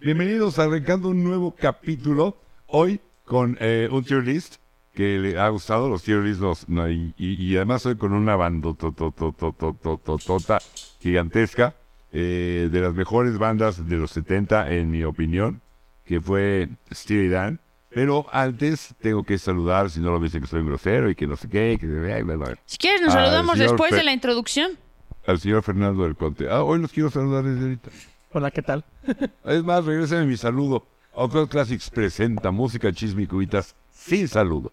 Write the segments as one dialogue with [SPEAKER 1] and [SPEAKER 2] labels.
[SPEAKER 1] Bienvenidos a arrancando un nuevo capítulo. Hoy con eh, un tier list que le ha gustado, los tier lists los- no, y, y- y además hoy con una bandota gigantesca eh, de las mejores bandas de los 70 en mi opinión, que fue Steely Dan. Pero antes tengo que saludar, si no lo dicen que soy grosero y que no sé qué, que bla, bla, bla,
[SPEAKER 2] Si quieres, nos
[SPEAKER 1] Ah,
[SPEAKER 2] saludamos
[SPEAKER 1] señor
[SPEAKER 2] después
[SPEAKER 1] Pe-
[SPEAKER 2] de la introducción.
[SPEAKER 1] al señor Fernando del Conte. Ah, hoy los quiero saludar desde ahorita.
[SPEAKER 3] Hola, ¿qué tal?
[SPEAKER 1] Es más, regresen mi saludo. Outdoor Classics presenta música chisme y cubitas sin saludo.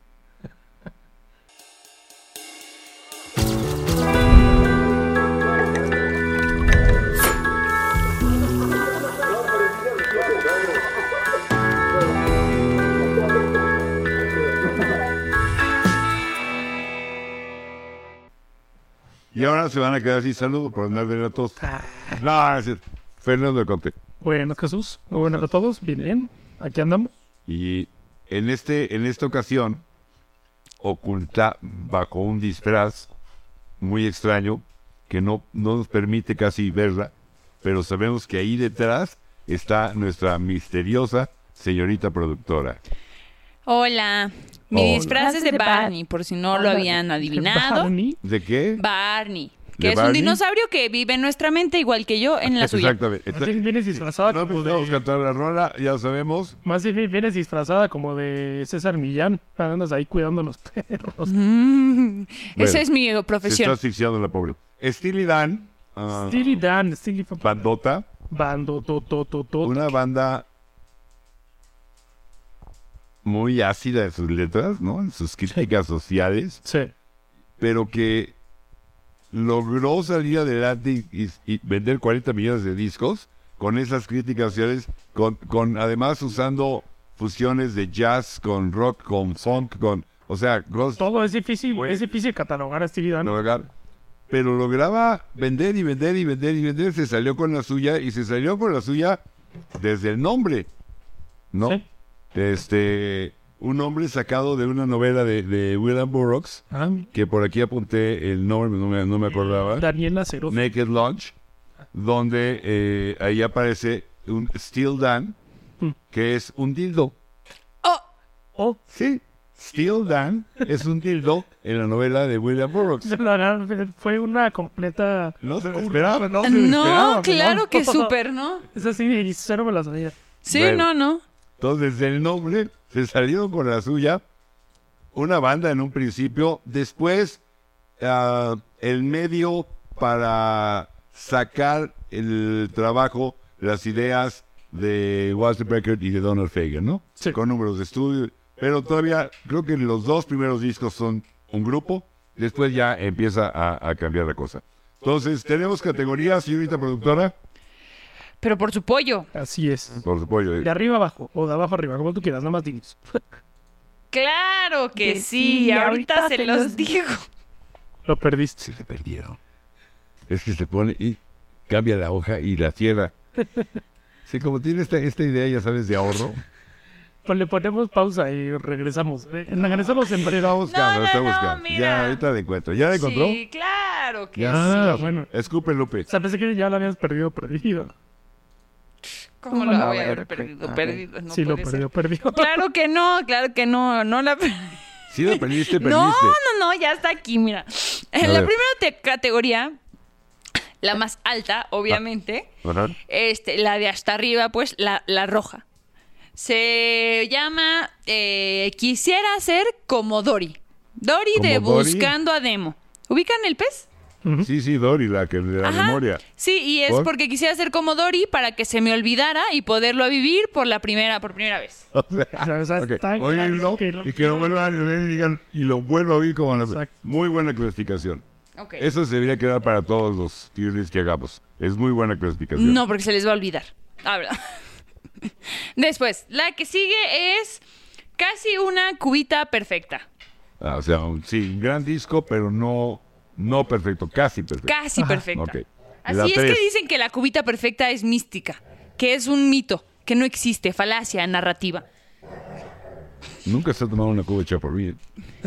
[SPEAKER 1] Y ahora se van a quedar sin saludo por andar de ratos. No, es cierto. Fernando del Conte.
[SPEAKER 3] Bueno, Jesús. Bueno, a todos. Bien, bien. Aquí andamos.
[SPEAKER 1] Y en, este, en esta ocasión, oculta bajo un disfraz muy extraño que no, no nos permite casi verla, pero sabemos que ahí detrás está nuestra misteriosa señorita productora.
[SPEAKER 2] Hola. Mi
[SPEAKER 1] Hola.
[SPEAKER 2] disfraz es de Barney, por si no lo habían adivinado.
[SPEAKER 3] Barney.
[SPEAKER 1] ¿De qué?
[SPEAKER 2] Barney,
[SPEAKER 1] ¿De
[SPEAKER 2] que es un
[SPEAKER 1] Barney?
[SPEAKER 2] dinosaurio que vive en nuestra mente igual que yo en la suya.
[SPEAKER 1] Exactamente.
[SPEAKER 3] Más bien vienes disfrazada
[SPEAKER 1] no
[SPEAKER 3] como
[SPEAKER 1] podemos
[SPEAKER 3] de...
[SPEAKER 1] cantar la rola, ya sabemos.
[SPEAKER 3] Más bien vienes disfrazada como de César Millán. Andas ahí cuidando los perros.
[SPEAKER 2] Mm, Esa es mi
[SPEAKER 1] Se está
[SPEAKER 2] profesión.
[SPEAKER 1] asfixiando la pobre. Steely Dan, ah,
[SPEAKER 3] Steely Dan, Steely Fa-
[SPEAKER 1] bandota,
[SPEAKER 3] Bando, to, to, to, to.
[SPEAKER 1] una banda muy ácida en sus letras, ¿no? En sus críticas sociales,
[SPEAKER 3] Sí.
[SPEAKER 1] pero que logró salir adelante y, y- y vender 40 millones de discos con esas críticas sociales, con, con además usando fusiones de jazz con rock, con funk, con, o sea, cosas
[SPEAKER 3] Todo es difícil,
[SPEAKER 1] Güey.
[SPEAKER 3] es difícil catalogar a Steely Dan.
[SPEAKER 1] lograr. Pero lograba vender y vender y vender y vender. Se salió con la suya y se salió con la suya desde el nombre. ¿No?
[SPEAKER 3] Sí.
[SPEAKER 1] Este. Un nombre sacado de una novela de, de William Burroughs,
[SPEAKER 3] Ah,
[SPEAKER 1] que por aquí apunté el nombre, no me, no me
[SPEAKER 3] Mm,
[SPEAKER 1] acordaba.
[SPEAKER 3] Daniela Ceró.
[SPEAKER 1] Naked Lunch, donde eh, ahí aparece un Steel Dan, que es un dildo.
[SPEAKER 2] Oh,
[SPEAKER 3] Oh,
[SPEAKER 1] Sí, Steel Dan es un dildo en la novela de William Burroughs.
[SPEAKER 3] la verdad, fue una completa...
[SPEAKER 1] No se lo esperaba, no se lo esperaba.
[SPEAKER 2] no,
[SPEAKER 1] ¿no?
[SPEAKER 2] claro que súper, ¿no?
[SPEAKER 3] Es así, y cero me la sabía.
[SPEAKER 2] Sí,
[SPEAKER 1] Bueno.
[SPEAKER 2] no, no.
[SPEAKER 1] Entonces, el nombre se salieron con la suya. Una banda en un principio. Después, ah, el medio para sacar el trabajo, las ideas de Walter Becker y de Donald Fagan, ¿no?
[SPEAKER 3] Sí.
[SPEAKER 1] Con números de estudio. Pero todavía creo que los dos primeros discos son un grupo. Después ya empieza a, a cambiar la cosa. Entonces, tenemos categorías, señorita productora.
[SPEAKER 2] Pero por su pollo.
[SPEAKER 3] Así es.
[SPEAKER 1] Por supuesto.
[SPEAKER 3] De arriba abajo, o de abajo arriba, como tú quieras, nada más dinos.
[SPEAKER 2] Claro que
[SPEAKER 4] Que
[SPEAKER 2] sí,
[SPEAKER 4] sí,
[SPEAKER 2] ahorita
[SPEAKER 4] ahorita
[SPEAKER 2] se
[SPEAKER 4] te
[SPEAKER 2] los
[SPEAKER 4] los
[SPEAKER 2] digo.
[SPEAKER 3] Lo perdiste.
[SPEAKER 1] se le perdieron. Es que se pone y cambia la hoja y la cierra. Sí, como tiene esta, esta idea, ya sabes, de ahorro.
[SPEAKER 3] Pues le ponemos pausa y regresamos. Eh, Regresamos en breve.
[SPEAKER 1] Está buscando,
[SPEAKER 2] no,
[SPEAKER 1] está
[SPEAKER 2] no,
[SPEAKER 1] buscando.
[SPEAKER 2] mira.
[SPEAKER 1] ya, ahorita la encuentro. ¿Ya la encontró?
[SPEAKER 2] Sí, claro que
[SPEAKER 1] Ya.
[SPEAKER 2] sí.
[SPEAKER 3] Ah, bueno.
[SPEAKER 1] Escupe, Lupe.
[SPEAKER 3] O sea, pensé que ya lo habíamos perdido, perdido.
[SPEAKER 2] ¿Cómo lo
[SPEAKER 4] ¿Cómo
[SPEAKER 2] voy
[SPEAKER 4] la
[SPEAKER 2] a
[SPEAKER 4] voy a
[SPEAKER 2] haber
[SPEAKER 4] ver?
[SPEAKER 2] perdido?
[SPEAKER 4] Ah,
[SPEAKER 2] Perdido, no
[SPEAKER 3] sí, lo
[SPEAKER 2] puede ser.
[SPEAKER 3] perdió, perdido.
[SPEAKER 2] Claro que no, claro que no, no la
[SPEAKER 1] Si la perdiste, perdiste.
[SPEAKER 2] No, no, no, ya está aquí, mira. En
[SPEAKER 1] A
[SPEAKER 2] la
[SPEAKER 1] ver.
[SPEAKER 2] primera te- categoría, la más
[SPEAKER 1] Ah.
[SPEAKER 2] alta, obviamente,
[SPEAKER 1] Ajá.
[SPEAKER 2] este, la de hasta arriba, pues, la, la roja. Se llama eh, Quisiera ser como Dory. Dory
[SPEAKER 1] ¿Como Dory?
[SPEAKER 2] de Buscando a Demo. ¿Ubican el pez?
[SPEAKER 1] ¿Mm? Sí, sí, Dori, la que de la
[SPEAKER 2] Ajá.
[SPEAKER 1] memoria.
[SPEAKER 2] Sí, y es
[SPEAKER 1] ¿Por?
[SPEAKER 2] porque quisiera ser como Dory para que se me olvidara y poderlo vivir por la primera, por primera vez.
[SPEAKER 1] O sea,
[SPEAKER 3] O sea,
[SPEAKER 1] ok.
[SPEAKER 3] está-
[SPEAKER 1] Oírlo
[SPEAKER 3] que lo-
[SPEAKER 1] y que lo vuelvan a leer y digan, y lo vuelvo a oír como la-
[SPEAKER 3] Exacto.
[SPEAKER 1] Muy buena clasificación.
[SPEAKER 2] Ok.
[SPEAKER 1] Eso se debería quedar para todos los tier lists que hagamos. Es muy buena clasificación.
[SPEAKER 2] No, porque se les va a olvidar. Habla. Después, la que sigue es casi una cubita perfecta.
[SPEAKER 1] Ah, o sea, un- sí, un gran disco, pero no, no perfecto, casi perfecto.
[SPEAKER 2] Casi perfecta.
[SPEAKER 1] ok.
[SPEAKER 2] Así
[SPEAKER 1] La
[SPEAKER 2] es
[SPEAKER 1] tres.
[SPEAKER 2] que dicen que la cubita perfecta es mística, que es un mito, que no existe, falacia narrativa.
[SPEAKER 1] Nunca se ha tomado una cuba hecha por mí. ¿eh?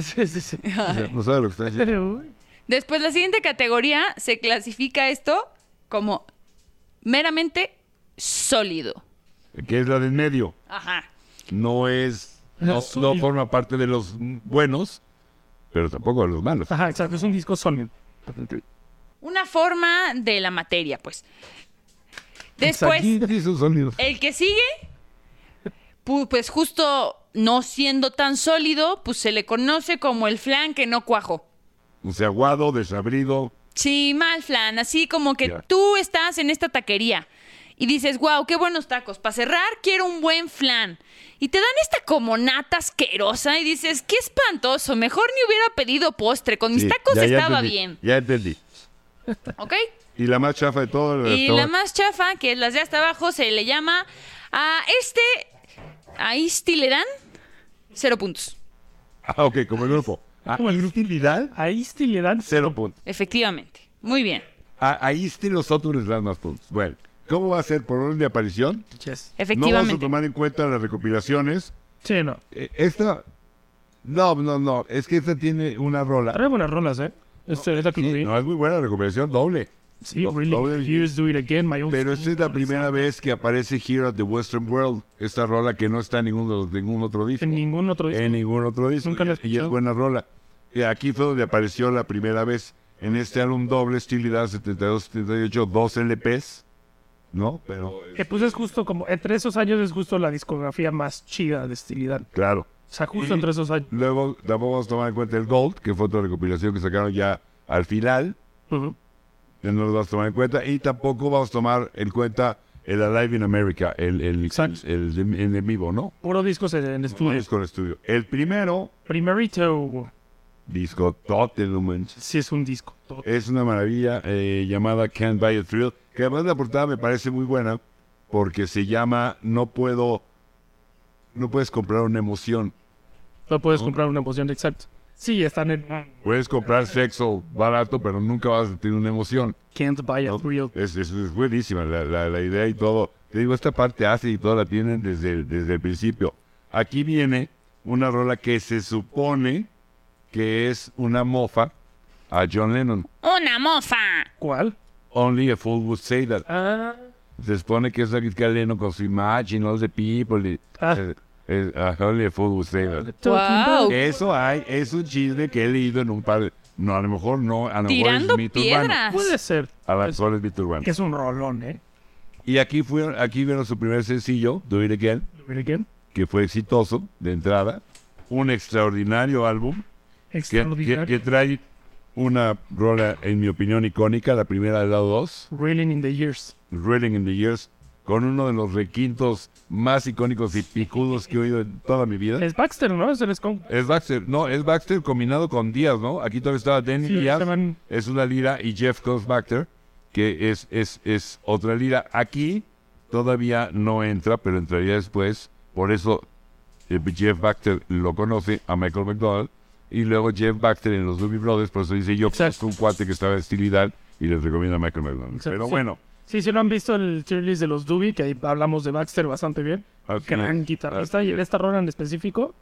[SPEAKER 3] Sí, sí, sí.
[SPEAKER 1] O sea, no sabe lo que está haciendo.
[SPEAKER 3] Pero, uy,
[SPEAKER 2] Después, la siguiente categoría se clasifica esto como meramente sólido.
[SPEAKER 1] que es la del medio.
[SPEAKER 2] Ajá.
[SPEAKER 1] No es, no,
[SPEAKER 3] Azul.
[SPEAKER 1] no forma parte de los buenos, pero tampoco de los malos.
[SPEAKER 2] Ah,
[SPEAKER 3] Ajá, exacto, es un disco sólido.
[SPEAKER 2] Una forma de la materia, pues.
[SPEAKER 1] Pues,
[SPEAKER 2] Después,
[SPEAKER 1] Aquí sí sus sonidos.
[SPEAKER 2] el que sigue, pu- pues justo no siendo tan sólido, pues se le conoce como el flan que no cuajo.
[SPEAKER 1] O sea, aguado, desabrido.
[SPEAKER 2] Sí, mal flan, así como que
[SPEAKER 1] Ya.
[SPEAKER 2] tú estás en esta taquería y dices, wow, qué buenos tacos. Para cerrar, quiero un buen flan. Y te dan esta como nata asquerosa y dices, qué espantoso, mejor ni hubiera pedido postre, con mis
[SPEAKER 1] Sí,
[SPEAKER 2] tacos
[SPEAKER 1] ya- ya
[SPEAKER 2] estaba
[SPEAKER 1] entendí,
[SPEAKER 2] bien,
[SPEAKER 1] Ya entendí.
[SPEAKER 2] ¿ok?
[SPEAKER 1] Y la más chafa de todo.
[SPEAKER 2] Y la más chafa, que es las de hasta abajo, se le llama a este, a Isti le dan cero puntos,
[SPEAKER 1] Ah, ok, como el grupo. Ah,
[SPEAKER 3] Como el grupo.
[SPEAKER 1] Utilidad,
[SPEAKER 3] Ahí sí le dan
[SPEAKER 1] cero puntos.
[SPEAKER 2] efectivamente. Muy bien,
[SPEAKER 1] A, ahí sí los otros les dan más puntos. Bueno, ¿cómo va a ser por orden de aparición?
[SPEAKER 3] Yes.
[SPEAKER 1] No vamos a
[SPEAKER 2] efectivamente.
[SPEAKER 1] tomar en cuenta las recopilaciones.
[SPEAKER 3] Sí, no.
[SPEAKER 1] Eh, Esta. No, no, no. Es que esta tiene una rola.
[SPEAKER 3] Trae buenas rolas, ¿eh. Este, ahorita que lo vi.
[SPEAKER 1] No, es muy buena la recopilación, doble.
[SPEAKER 3] Sí,
[SPEAKER 1] no,
[SPEAKER 3] really.
[SPEAKER 1] no,
[SPEAKER 3] Here's Do It Again, My Old
[SPEAKER 1] Pero esta es la primera vez que aparece Here at the Western World. Esta rola que no está en ningún, de los- ningún otro disco.
[SPEAKER 3] En ningún otro disco.
[SPEAKER 1] En ningún otro disco.
[SPEAKER 3] Nunca la he
[SPEAKER 1] y es
[SPEAKER 3] escuchado.
[SPEAKER 1] buena rola. Y aquí fue donde apareció la primera vez. En este álbum doble, Steely Dan 72, 78, dos LPs. ¿No? Pero,
[SPEAKER 3] Que pues es justo como, entre esos años es justo la discografía más chida de Steely Dan.
[SPEAKER 1] claro.
[SPEAKER 3] O sea, justo entre esos años.
[SPEAKER 1] Luego tampoco vamos a tomar en cuenta el Gold, que fue otra recopilación que sacaron ya al final.
[SPEAKER 3] Ujú.
[SPEAKER 1] Ya no lo vamos a tomar en cuenta. Y tampoco vamos a tomar en cuenta el Alive in America, el, el, el,
[SPEAKER 3] Exacto.
[SPEAKER 1] de- el en vivo, ¿no?
[SPEAKER 3] Puro discos en- en estudio.
[SPEAKER 1] Disco de estudio. El primero,
[SPEAKER 3] Primerito,
[SPEAKER 1] disco Tottenham,
[SPEAKER 3] sí es un disco.
[SPEAKER 1] es una maravilla eh, llamada Can't Buy a Thrill, que además la portada me parece muy buena porque se llama No puedo, no puedes comprar una emoción,
[SPEAKER 3] No puedes comprar una poción, exacto. Sí, están en
[SPEAKER 1] puedes comprar sexo barato, pero nunca vas a tener una emoción.
[SPEAKER 3] Can't Buy a Thrill.
[SPEAKER 1] Es, es- es buenísima la, la- la idea y todo. Te digo, esta parte hace y toda la tienen desde, el- desde el principio. Aquí viene una rola que se supone que es una mofa a John Lennon.
[SPEAKER 2] Una mofa.
[SPEAKER 3] ¿Cuál?
[SPEAKER 1] Only a fool would say that.
[SPEAKER 3] Ah,
[SPEAKER 1] Se supone que es la crítica de Lennon con su Imagine, All the People. y-
[SPEAKER 3] Ah.
[SPEAKER 1] eh, eh, ah, only a fool would say that.
[SPEAKER 2] Wow.
[SPEAKER 1] Eso hay, es un chisme que he leído en un par de... No, a lo mejor no, a lo mejor
[SPEAKER 2] Tirando
[SPEAKER 1] es mito urbano.
[SPEAKER 2] piedras.
[SPEAKER 3] Puede ser.
[SPEAKER 1] A lo mejor es mito urbano.
[SPEAKER 3] Que es un rolón, ¿eh?
[SPEAKER 1] Y aquí, fueron, aquí vieron su primer sencillo, Do It Again.
[SPEAKER 3] Do It Again.
[SPEAKER 1] que fue exitoso de entrada, un extraordinario álbum que, que-
[SPEAKER 3] Extraordinario.
[SPEAKER 1] que trae una rola, en mi opinión, icónica, la primera del lado 2,
[SPEAKER 3] Reeling in the Years.
[SPEAKER 1] Reeling in the Years, con uno de los requintos más icónicos y picudos que he oído en toda mi vida.
[SPEAKER 3] Es Baxter, ¿no? Es el Skunk.
[SPEAKER 1] Es Baxter, no, es Baxter combinado con Díaz, ¿no? Aquí todavía estaba Danny
[SPEAKER 3] Sí,
[SPEAKER 1] Díaz,
[SPEAKER 3] se van-
[SPEAKER 1] es una lira, y Jeff Cox Baxter, que es, es, es otra lira. Aquí todavía no entra, pero entraría después. Por eso eh, Jeff Baxter lo conoce a Michael McDonald. Y luego Jeff Baxter en los Doobie Brothers, por eso dice yo, es
[SPEAKER 3] Exacto.
[SPEAKER 1] un cuate que estaba en estilidad y les recomiendo a Michael McDonald.
[SPEAKER 3] Exacto,
[SPEAKER 1] Pero
[SPEAKER 3] sí.
[SPEAKER 1] bueno,
[SPEAKER 3] Sí, sí, lo han visto el tier list de los Doobie, que ahí hablamos de Baxter bastante bien.
[SPEAKER 1] Así
[SPEAKER 3] Gran
[SPEAKER 1] es.
[SPEAKER 3] guitarrista. Y esta rola en específico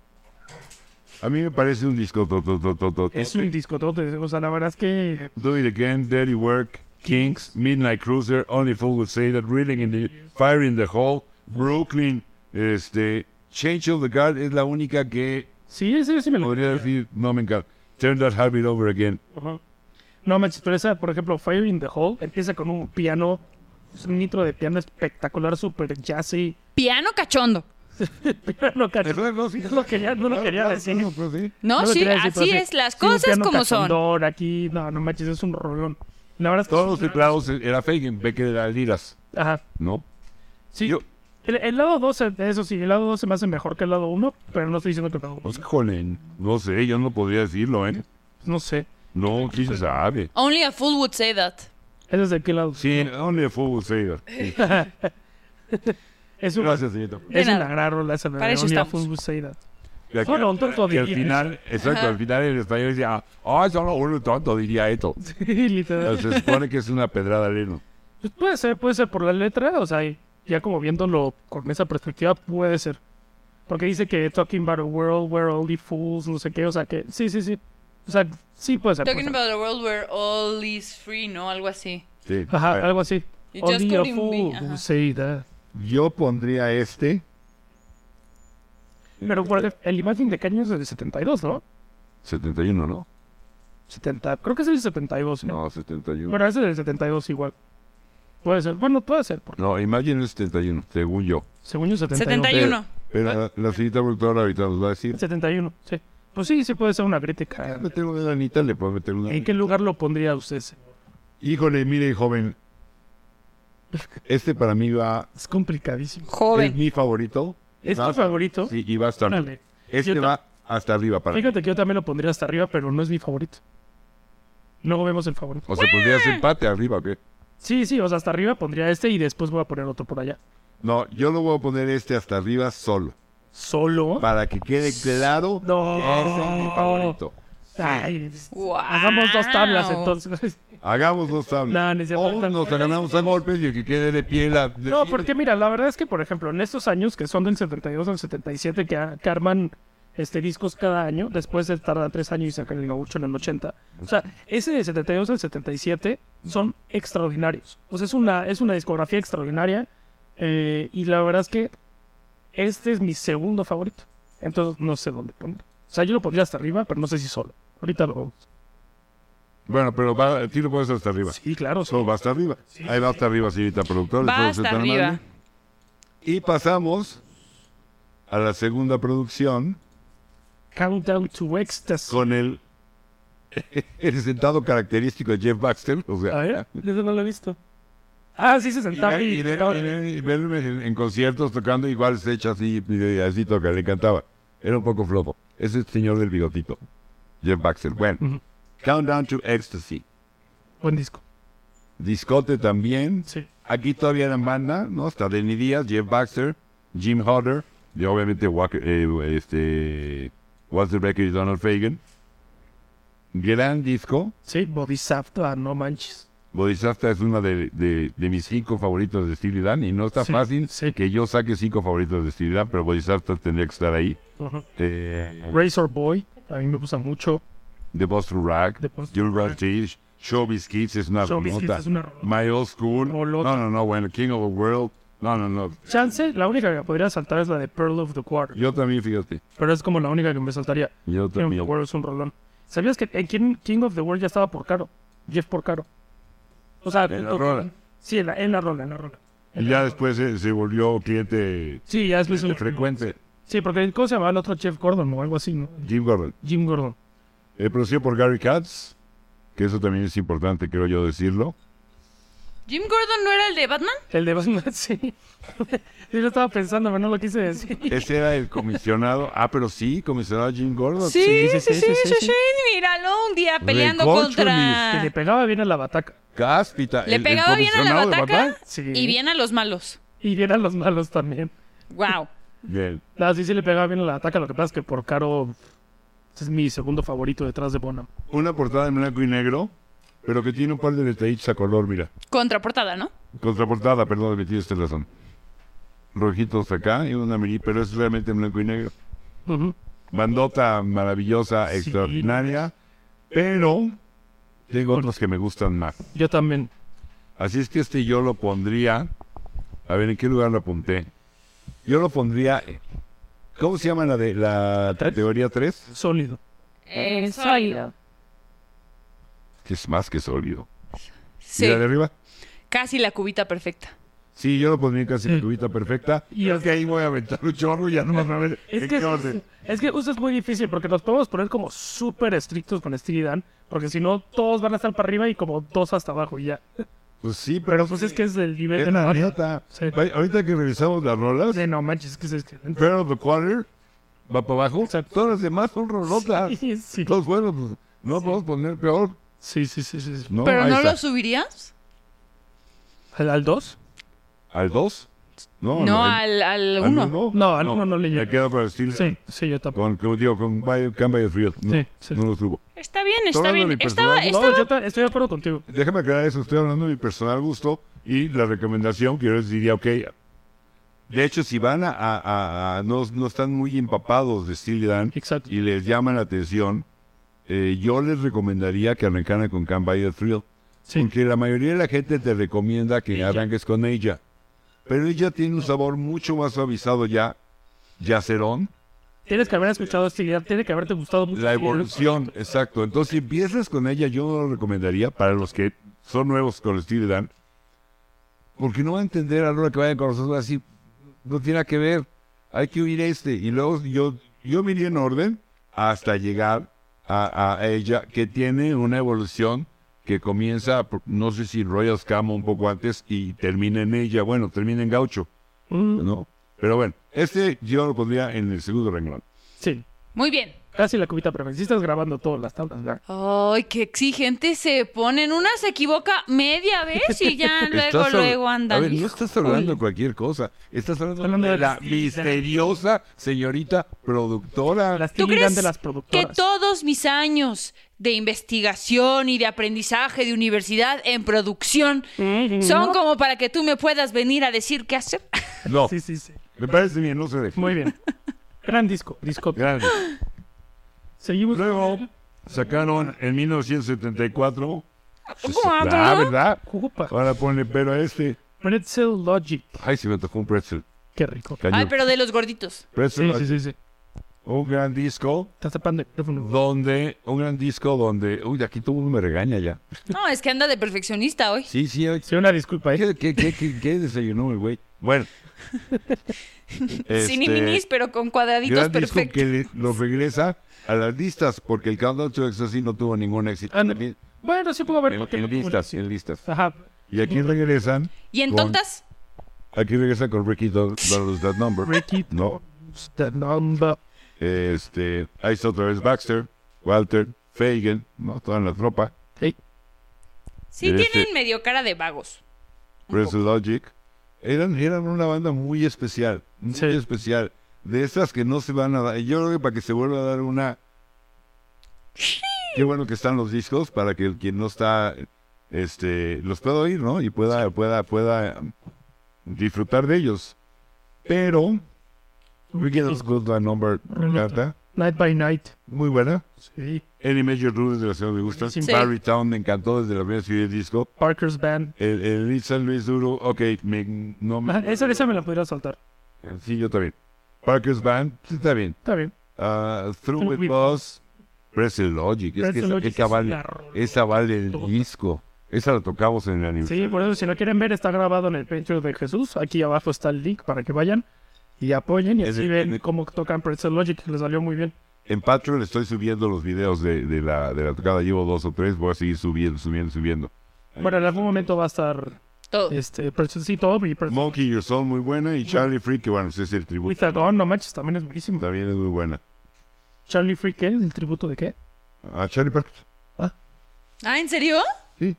[SPEAKER 1] a mí me parece un disco. to- to- to- to- to-
[SPEAKER 3] es un discotote. O sea, la verdad es que
[SPEAKER 1] Do It Again, Dirty Work, Kings, Midnight Cruiser, Only Fool Would Say That, Reeling in the Fire in the Hole, Brooklyn, este, Change of the Guard es la única que
[SPEAKER 3] sí, sí, sí me lo.
[SPEAKER 1] podría decir, no me encanta. Turn That Habit Over Again.
[SPEAKER 3] Ajá. No manches, pero esa, por ejemplo, Fire in the Hole empieza con un piano, es un nitro de piano espectacular, super jazzy.
[SPEAKER 2] Piano cachondo.
[SPEAKER 3] piano caro. No lo quería, no lo quería decir.
[SPEAKER 2] No,
[SPEAKER 3] lo
[SPEAKER 2] sí,
[SPEAKER 3] quería decir, pero
[SPEAKER 2] así
[SPEAKER 3] sí.
[SPEAKER 2] es, las
[SPEAKER 3] Sí, un
[SPEAKER 2] cosas
[SPEAKER 3] piano
[SPEAKER 2] como son.
[SPEAKER 3] cachondón aquí, no, no manches, es un rolón. La verdad es que
[SPEAKER 1] Todos los
[SPEAKER 3] sí,
[SPEAKER 1] teclados era Fagan, Becker era Liras,
[SPEAKER 3] Ajá.
[SPEAKER 1] ¿no?
[SPEAKER 3] Sí.
[SPEAKER 1] Yo-
[SPEAKER 3] El, el lado 12, eso sí, el lado 2 se me hace mejor que el lado 1, pero no estoy diciendo que el lado
[SPEAKER 1] Pues,
[SPEAKER 3] 2.
[SPEAKER 1] híjole, no sé, yo no podría decirlo, ¿eh?
[SPEAKER 3] No sé.
[SPEAKER 1] No, quién se sabe.
[SPEAKER 2] Only a fool would say that.
[SPEAKER 1] Pues,
[SPEAKER 3] Ese es de qué lado.
[SPEAKER 1] Sí, Only Fool Would Say That. Sí.
[SPEAKER 3] Es, un-
[SPEAKER 1] Gracias, señorita.
[SPEAKER 3] es
[SPEAKER 2] De
[SPEAKER 3] una
[SPEAKER 2] nada.
[SPEAKER 3] gran rola esa.
[SPEAKER 2] Para eso estamos.
[SPEAKER 1] Y aquí-
[SPEAKER 3] Solo un tonto
[SPEAKER 1] que al
[SPEAKER 3] diría
[SPEAKER 1] final, exacto, al final en español decía, ah, solo un tonto diría esto.
[SPEAKER 3] Literal.
[SPEAKER 1] Se supone que es una pedrada Leno.
[SPEAKER 3] Pues puede ser, puede ser por la letra, o sea, y ya como viéndolo con esa perspectiva, puede ser. Porque dice que talking about a world where only fools, no sé qué, o sea, que sí, sí, sí. O sea, sí puede ser. puede
[SPEAKER 2] Talking
[SPEAKER 3] ser.
[SPEAKER 2] about a world where all is free, ¿no? Algo así.
[SPEAKER 1] Sí.
[SPEAKER 3] Ajá,
[SPEAKER 1] Bueno,
[SPEAKER 3] algo así.
[SPEAKER 2] You just
[SPEAKER 3] Only a
[SPEAKER 2] couldn't be,
[SPEAKER 3] fool
[SPEAKER 2] ajá.
[SPEAKER 3] who say that.
[SPEAKER 1] Yo pondría este.
[SPEAKER 3] Pero por el, el imagen de caño es del 72, ¿no?
[SPEAKER 1] 71, ¿no?
[SPEAKER 3] 70, creo que es el 72, ¿no?
[SPEAKER 1] No, 71.
[SPEAKER 3] Bueno, ese es del 72 igual. Puede ser, bueno, puede ser, porque
[SPEAKER 1] No, Imagine es 71, según yo.
[SPEAKER 3] según yo 71.
[SPEAKER 2] 71.
[SPEAKER 1] Pero
[SPEAKER 3] Ah.
[SPEAKER 1] la, la señorita productora ahorita nos va a decir.
[SPEAKER 3] 71, sí. Pues sí, sí puede ser una crítica.
[SPEAKER 1] "Ah, Meter una lanita, le puedo meter una.
[SPEAKER 3] ¿En qué lugar lo pondría usted? señor?
[SPEAKER 1] Híjole, mire, joven. Este para mí va.
[SPEAKER 3] Es complicadísimo.
[SPEAKER 1] Es
[SPEAKER 2] Joven.
[SPEAKER 1] mi favorito.
[SPEAKER 3] ¿Es
[SPEAKER 1] Va-
[SPEAKER 3] tu favorito?
[SPEAKER 1] Sí, y va hasta
[SPEAKER 3] Órale.
[SPEAKER 1] Este
[SPEAKER 3] Yo ta-
[SPEAKER 1] va hasta arriba para mí.
[SPEAKER 3] Fíjate que yo también lo pondría hasta arriba, pero no es mi favorito. Luego vemos el favorito.
[SPEAKER 1] O sea, pondrías empate arriba, ¿o ¿qué?
[SPEAKER 3] Sí, sí, o sea, hasta arriba pondría este y después voy a poner otro por allá.
[SPEAKER 1] No, yo lo voy a poner este hasta arriba solo.
[SPEAKER 3] Solo.
[SPEAKER 1] Para que quede claro.
[SPEAKER 3] No.
[SPEAKER 1] Ese es mi favorito.
[SPEAKER 3] Ay,
[SPEAKER 2] Wow.
[SPEAKER 3] hagamos dos tablas entonces.
[SPEAKER 1] Hagamos dos tablas.
[SPEAKER 3] No, ni se
[SPEAKER 1] O
[SPEAKER 3] faltan.
[SPEAKER 1] nos ganamos a golpes y el que quede de pie la. de
[SPEAKER 3] No,
[SPEAKER 1] pie.
[SPEAKER 3] porque mira, la verdad es que, por ejemplo, en estos años que son del 72 al 77, que, a- que arman este, discos cada año, después de tardar tres años y sacar el gaucho en el 80. O sea, ese de 72 al 77 son extraordinarios. O sea, es una, es una discografía extraordinaria. eh, y la verdad es que este es mi segundo favorito. Entonces, no sé dónde poner. O sea, yo lo pondría hasta arriba, pero no sé si solo. Ahorita lo vamos.
[SPEAKER 1] Bueno, pero va, sí lo pones hasta arriba.
[SPEAKER 3] Sí, claro. sí.
[SPEAKER 1] Solo va hasta arriba. Ahí va hasta arriba, señorita productora.
[SPEAKER 2] Va
[SPEAKER 1] si fuera
[SPEAKER 2] hasta
[SPEAKER 1] tan amable.
[SPEAKER 2] arriba.
[SPEAKER 1] Y pasamos a la segunda producción
[SPEAKER 3] Countdown to Ecstasy.
[SPEAKER 1] con el, el sentado característico de Jeff Baxter. O
[SPEAKER 3] A
[SPEAKER 1] sea,
[SPEAKER 3] ver, ese no lo he visto. Ah, sí, se
[SPEAKER 1] y
[SPEAKER 3] sentaba
[SPEAKER 1] ver-
[SPEAKER 3] y...
[SPEAKER 1] y ver- y ver- y verme en, en conciertos tocando, igual se echa así, y así toca, le encantaba. Era un poco flojo. Es el señor del bigotito, Jeff Baxter. Bueno,
[SPEAKER 3] Ujú.
[SPEAKER 1] Countdown to Ecstasy.
[SPEAKER 3] Buen disco.
[SPEAKER 1] Discote también.
[SPEAKER 3] Sí.
[SPEAKER 1] Aquí todavía eran banda, ¿no? Está Denny Díaz, Jeff Baxter, Jim Hodder, y obviamente Walker, eh, este, Walter Becker y Donald Fagan. Gran disco.
[SPEAKER 3] Sí, Bodhisattva, no manches.
[SPEAKER 1] Bodhisattva es una de, de- de mis cinco favoritos de Steely Dan, y no está
[SPEAKER 3] Sí,
[SPEAKER 1] fácil
[SPEAKER 3] sí.
[SPEAKER 1] que yo saque cinco favoritos de Steely Dan, pero Bodhisattva tendría que estar ahí. Eh,
[SPEAKER 3] Razor Boy, a mí me gusta mucho.
[SPEAKER 1] The Boss Through Rag,
[SPEAKER 3] The Boss Through
[SPEAKER 1] You'll
[SPEAKER 3] Rag.
[SPEAKER 1] Rat Teach, Showbiz Kids es una
[SPEAKER 3] Showbiz Kids
[SPEAKER 1] rolota.
[SPEAKER 3] es una rolota.
[SPEAKER 1] My Old School,
[SPEAKER 3] Rolota.
[SPEAKER 1] no, no, no, bueno, King of the World, no, no, no.
[SPEAKER 3] Chance, la única que podría saltar es la de Pearl of the Quarter,
[SPEAKER 1] Yo también, fíjate.
[SPEAKER 3] pero es como la única que me saltaría.
[SPEAKER 1] Yo
[SPEAKER 3] King of the
[SPEAKER 1] también.
[SPEAKER 3] World es un rolón. ¿Sabías que en King, King of the World ya estaba por caro? Jeff por caro. O sea,
[SPEAKER 1] En la
[SPEAKER 3] to-
[SPEAKER 1] rola.
[SPEAKER 3] Sí, en la, en la rola, en la rola.
[SPEAKER 1] Y ya después se, se volvió cliente
[SPEAKER 3] Sí, ya después.
[SPEAKER 1] frecuente.
[SPEAKER 3] Sí, porque ¿cómo se llamaba el otro Jeff Gordon o algo así, no?
[SPEAKER 1] Jim Gordon.
[SPEAKER 3] Jim Gordon.
[SPEAKER 1] Eh, producido por Gary Katz, que eso también es importante, creo yo decirlo.
[SPEAKER 2] ¿Jim Gordon no era el de Batman?
[SPEAKER 3] El de Batman, sí. Yo lo estaba pensando, pero no lo quise decir.
[SPEAKER 1] Ese era el comisionado. Ah, pero sí, comisionado Jim Gordon.
[SPEAKER 2] Sí,
[SPEAKER 3] sí,
[SPEAKER 2] sí,
[SPEAKER 3] sí,
[SPEAKER 2] sí,
[SPEAKER 3] sí,
[SPEAKER 2] sí,
[SPEAKER 3] sí, sí.
[SPEAKER 2] Míralo un día peleando
[SPEAKER 1] Recorcholis.
[SPEAKER 3] Que le
[SPEAKER 2] contra.
[SPEAKER 3] pegaba bien a la bataca.
[SPEAKER 1] Cáspita.
[SPEAKER 2] Le pegaba bien a la
[SPEAKER 1] comisionado de
[SPEAKER 2] bataca
[SPEAKER 1] Batman.
[SPEAKER 3] Sí.
[SPEAKER 2] y bien a los malos.
[SPEAKER 3] Y bien a los malos también.
[SPEAKER 2] Wow.
[SPEAKER 1] Bien.
[SPEAKER 3] No, sí, sí le pegaba bien a la ataca. Lo que pasa es que por caro es mi segundo favorito detrás de Bonham.
[SPEAKER 1] Una portada en blanco y negro, pero que tiene un par de detallitos a color, mira.
[SPEAKER 2] Contraportada, ¿no?
[SPEAKER 1] Contraportada, perdón, me tienes razón. Rojitos acá y una mini, pero es realmente en blanco y negro.
[SPEAKER 3] Ujú.
[SPEAKER 1] bandota maravillosa,
[SPEAKER 3] Sí.
[SPEAKER 1] extraordinaria, pero tengo otros que me gustan más.
[SPEAKER 3] Yo también.
[SPEAKER 1] Así es que este yo lo pondría, a ver, ¿en qué lugar lo apunté? Yo lo pondría, ¿cómo se llama la de la
[SPEAKER 3] ¿Tres?
[SPEAKER 1] teoría 3?
[SPEAKER 3] Sólido.
[SPEAKER 2] sólido.
[SPEAKER 1] Que es más que sólido.
[SPEAKER 2] Sí.
[SPEAKER 1] ¿Y la de arriba?
[SPEAKER 2] Casi la cubita perfecta.
[SPEAKER 1] Sí, yo lo pondría casi
[SPEAKER 3] Sí.
[SPEAKER 1] en cubita perfecta.
[SPEAKER 3] Y
[SPEAKER 1] Y
[SPEAKER 3] el-
[SPEAKER 1] es que ahí voy a aventar un chorro y ya no a ver
[SPEAKER 3] Es
[SPEAKER 1] en
[SPEAKER 3] que,
[SPEAKER 1] qué orden.
[SPEAKER 3] es que uso es muy difícil porque nos podemos poner como súper estrictos con Steely Dan. Porque si no, todos van a estar para arriba y como dos hasta abajo y ya.
[SPEAKER 1] Pues sí, pero
[SPEAKER 3] Pero pues es que es el nivel
[SPEAKER 1] es
[SPEAKER 3] de
[SPEAKER 1] la
[SPEAKER 3] la
[SPEAKER 1] neta.
[SPEAKER 3] Sí.
[SPEAKER 1] Va- Ahorita que revisamos las rolas,
[SPEAKER 3] Sí, no manches, es que es excelente.
[SPEAKER 1] Fair of the Quarter va para abajo.
[SPEAKER 3] Exacto.
[SPEAKER 1] Todas las demás son rolotas.
[SPEAKER 3] Sí, sí.
[SPEAKER 1] Los buenos, pues, no podemos poner peor.
[SPEAKER 3] Sí, sí, sí, sí, sí.
[SPEAKER 1] No,
[SPEAKER 2] ¿Pero
[SPEAKER 1] Ahí
[SPEAKER 2] no
[SPEAKER 1] está.
[SPEAKER 2] lo subirías?
[SPEAKER 3] ¿Al- ¿Al 2?
[SPEAKER 1] ¿Al 2? No,
[SPEAKER 2] No,
[SPEAKER 1] el-
[SPEAKER 2] al, al
[SPEAKER 1] al
[SPEAKER 2] uno.
[SPEAKER 1] uno?
[SPEAKER 3] No, al uno no le
[SPEAKER 1] Me
[SPEAKER 3] llega.
[SPEAKER 1] quedo con el Steel.
[SPEAKER 3] Sí, sí, yo tampoco.
[SPEAKER 1] Con, con- digo, con Bay- Can Bay of Frío. No,
[SPEAKER 3] Sí, sí.
[SPEAKER 1] no lo subo.
[SPEAKER 2] Está bien,
[SPEAKER 1] Estoy
[SPEAKER 2] está
[SPEAKER 1] hablando de
[SPEAKER 2] bien.
[SPEAKER 1] mi
[SPEAKER 2] Estaba,
[SPEAKER 1] personaje.
[SPEAKER 2] estaba-
[SPEAKER 3] No, yo ta- estoy de acuerdo contigo.
[SPEAKER 1] Déjame aclarar eso. Estoy hablando de mi personal gusto y la recomendación que yo les diría, ok. De hecho, si van a, a- a- a- no, no están muy empapados de Steel Dan
[SPEAKER 3] Exacto.
[SPEAKER 1] y les llama la atención, eh, yo les recomendaría que arrancaran con Can Buy a Thrill.
[SPEAKER 3] Sí.
[SPEAKER 1] Porque la mayoría de la gente te recomienda que arranques con ella. pero ella tiene un sabor mucho más suavizado ya, yacerón,
[SPEAKER 3] Tienes que haber escuchado esta idea, tiene que haberte gustado mucho.
[SPEAKER 1] la evolución, exacto. Entonces, si empiezas con ella, yo no lo recomendaría para los que son nuevos con el Steve Dan, porque no va a entender a la hora que vayan con nosotros así, no tiene nada que ver, hay que huir a este. Y luego yo, yo me iría en orden hasta llegar a, a ella, que tiene una evolución que comienza, por- no sé si Royal Scam un poco antes y termina en ella, bueno, termina en Gaucho,
[SPEAKER 3] Mm,
[SPEAKER 1] ¿no? Pero bueno, este yo lo pondría en el segundo renglón.
[SPEAKER 3] sí,
[SPEAKER 2] Muy bien.
[SPEAKER 3] casi la cubita perfecta. Sí estás grabando todas las tablas, ¿verdad?
[SPEAKER 2] Ay, qué exigente se ponen. Una se equivoca media vez y ya luego,
[SPEAKER 1] Estás hab-
[SPEAKER 2] luego andan.
[SPEAKER 1] A ver, no
[SPEAKER 2] Hijo.
[SPEAKER 1] estás hablando de cualquier cosa. Estás hablando,
[SPEAKER 3] Hablando
[SPEAKER 1] de,
[SPEAKER 3] de
[SPEAKER 1] la
[SPEAKER 3] las-
[SPEAKER 1] misteriosa señorita productora.
[SPEAKER 3] Las
[SPEAKER 2] ¿Tú
[SPEAKER 3] Tilly Dan
[SPEAKER 2] crees
[SPEAKER 3] de las
[SPEAKER 2] que
[SPEAKER 3] productoras.
[SPEAKER 2] todos mis años de investigación y de aprendizaje de universidad en producción
[SPEAKER 3] Mm,
[SPEAKER 2] son
[SPEAKER 3] no.
[SPEAKER 2] como para que tú me puedas venir a decir qué hacer?
[SPEAKER 1] No,
[SPEAKER 3] Sí, sí, sí.
[SPEAKER 1] me parece bien, no se deje.
[SPEAKER 3] Muy bien. Gran disco, disco.
[SPEAKER 1] Grande.
[SPEAKER 3] Seguimos.
[SPEAKER 1] Luego sacaron en 1974. Pues,
[SPEAKER 2] Guau,
[SPEAKER 1] la
[SPEAKER 2] Ah, ¿no?
[SPEAKER 1] verdad.
[SPEAKER 3] Ocupa.
[SPEAKER 1] Ahora pone pero a este.
[SPEAKER 3] Pretzel Logic.
[SPEAKER 1] Ay, se me tocó un pretzel.
[SPEAKER 3] Qué rico.
[SPEAKER 1] Cañón.
[SPEAKER 2] Ay, pero de los gorditos.
[SPEAKER 1] Pretzel,
[SPEAKER 3] Sí, sí, sí, sí.
[SPEAKER 1] un gran disco
[SPEAKER 3] Estás tapando el teléfono.
[SPEAKER 1] donde, un gran disco donde, uy, aquí todo el mundo me regaña ya.
[SPEAKER 2] No, es que anda de perfeccionista hoy.
[SPEAKER 1] Sí, sí, ay,
[SPEAKER 3] Sí, una disculpa, ¿eh?
[SPEAKER 1] ¿Qué, qué, qué, qué- qué desayunó el güey? Bueno.
[SPEAKER 2] Sin
[SPEAKER 1] Este,
[SPEAKER 2] iminis, pero con cuadraditos
[SPEAKER 1] gran disco
[SPEAKER 2] perfectos.
[SPEAKER 1] que le- lo regresa a las listas, porque el Countdown to Ecstasy no tuvo ningún éxito.
[SPEAKER 3] Ah, no.
[SPEAKER 1] en,
[SPEAKER 3] Bueno, sí puedo ver.
[SPEAKER 1] en-
[SPEAKER 3] porque-
[SPEAKER 1] en listas, en listas.
[SPEAKER 3] Ajá.
[SPEAKER 1] Y aquí regresan,
[SPEAKER 2] ¿Y en
[SPEAKER 1] con-
[SPEAKER 2] tontas?
[SPEAKER 1] aquí regresan con Ricky Don- Don- That Number.
[SPEAKER 3] Ricky.
[SPEAKER 1] No,
[SPEAKER 3] The number.
[SPEAKER 1] este, ahí está otra vez Baxter, Walter, Fagan, ¿no? Toda la tropa,
[SPEAKER 3] Hey,
[SPEAKER 2] Sí,
[SPEAKER 1] Este-
[SPEAKER 2] tienen medio cara de vagos.
[SPEAKER 1] Press Logic. Eran, eran una banda muy especial, muy
[SPEAKER 3] Sí.
[SPEAKER 1] especial. De esas que no se van a dar. Yo creo que para que se vuelva a dar una. Qué bueno que están los discos para que el quien no está, este, los pueda oír, ¿no? Y pueda, pueda, pueda um, disfrutar de ellos. Pero, Weekend of Good Bad Number, me encanta.
[SPEAKER 3] Night by Night.
[SPEAKER 1] Muy buena.
[SPEAKER 3] Sí.
[SPEAKER 1] Any Major Rules de la ciudad me gusta.
[SPEAKER 3] Sí.
[SPEAKER 1] Barry Town me encantó desde la primera ciudad del disco.
[SPEAKER 3] Parker's Band.
[SPEAKER 1] El, el It's San Luis Duro, ok, me, no me.
[SPEAKER 3] Ajá, Esa, esa me la podría soltar.
[SPEAKER 1] Sí, yo también. Parker's Band, sí, está bien.
[SPEAKER 3] Está bien.
[SPEAKER 1] Ah,
[SPEAKER 3] Through
[SPEAKER 1] Through With
[SPEAKER 3] With
[SPEAKER 1] Us, Pretzel Logic. Es que
[SPEAKER 3] Pretzel
[SPEAKER 1] esa,
[SPEAKER 3] Logic
[SPEAKER 1] esa
[SPEAKER 3] es
[SPEAKER 1] vale,
[SPEAKER 3] una rolota.
[SPEAKER 1] esa vale el disco. Esa la tocamos en el aniversario.
[SPEAKER 3] Sí, por eso si lo quieren ver está grabado en el Patreon de Jesús. Aquí abajo está el link para que vayan y apoyen y
[SPEAKER 1] Es
[SPEAKER 3] así
[SPEAKER 1] el-
[SPEAKER 3] ven
[SPEAKER 1] el-
[SPEAKER 3] cómo tocan Pretzel Logic. Les salió muy bien.
[SPEAKER 1] En Patreon estoy subiendo los videos de, de la, de la tocada. Llevo dos o tres. Voy a seguir subiendo, subiendo, subiendo.
[SPEAKER 3] Bueno, en algún momento va a estar
[SPEAKER 2] Todo.
[SPEAKER 3] este Pretzel sí, todo y Pretzel
[SPEAKER 1] Monkey Your Soul, muy buena. Y Charlie Freak, que bueno, ese es el tributo.
[SPEAKER 3] With a Gun, no manches, también es buenísimo.
[SPEAKER 1] También es muy buena.
[SPEAKER 3] Charlie Free, ¿qué? ¿El tributo de qué?
[SPEAKER 1] ¿A Charlie Parker?
[SPEAKER 2] Ah, ¿en serio?
[SPEAKER 1] Sí.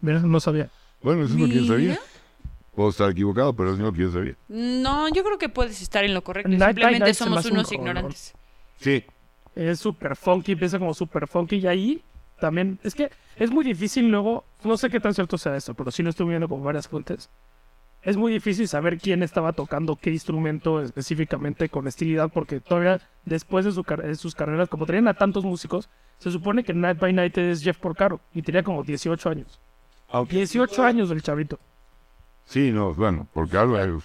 [SPEAKER 3] Mira, no sabía.
[SPEAKER 1] Bueno, eso es lo que yo sabía.
[SPEAKER 2] Mira.
[SPEAKER 1] Puedo estar equivocado, pero eso es lo que yo sabía.
[SPEAKER 2] No, yo creo que puedes estar en lo correcto.
[SPEAKER 3] Night by
[SPEAKER 2] Simplemente
[SPEAKER 3] Night se me
[SPEAKER 2] somos
[SPEAKER 3] hace un
[SPEAKER 2] unos
[SPEAKER 3] rolón.
[SPEAKER 2] ignorantes.
[SPEAKER 1] Sí,
[SPEAKER 3] Es súper funky, empieza como súper funky y ahí también, es que es muy difícil luego, no sé qué tan cierto sea esto, pero sí lo estuve viendo con varias fuentes. Es muy difícil saber quién estaba tocando qué instrumento específicamente con estilidad, porque todavía después de, su car- de sus carreras, como tenían a tantos músicos, se supone que Night by Night es Jeff Porcaro y tenía como 18 años.
[SPEAKER 1] Aunque-
[SPEAKER 3] 18 años el chavito.
[SPEAKER 1] Sí, no, bueno, porque algo es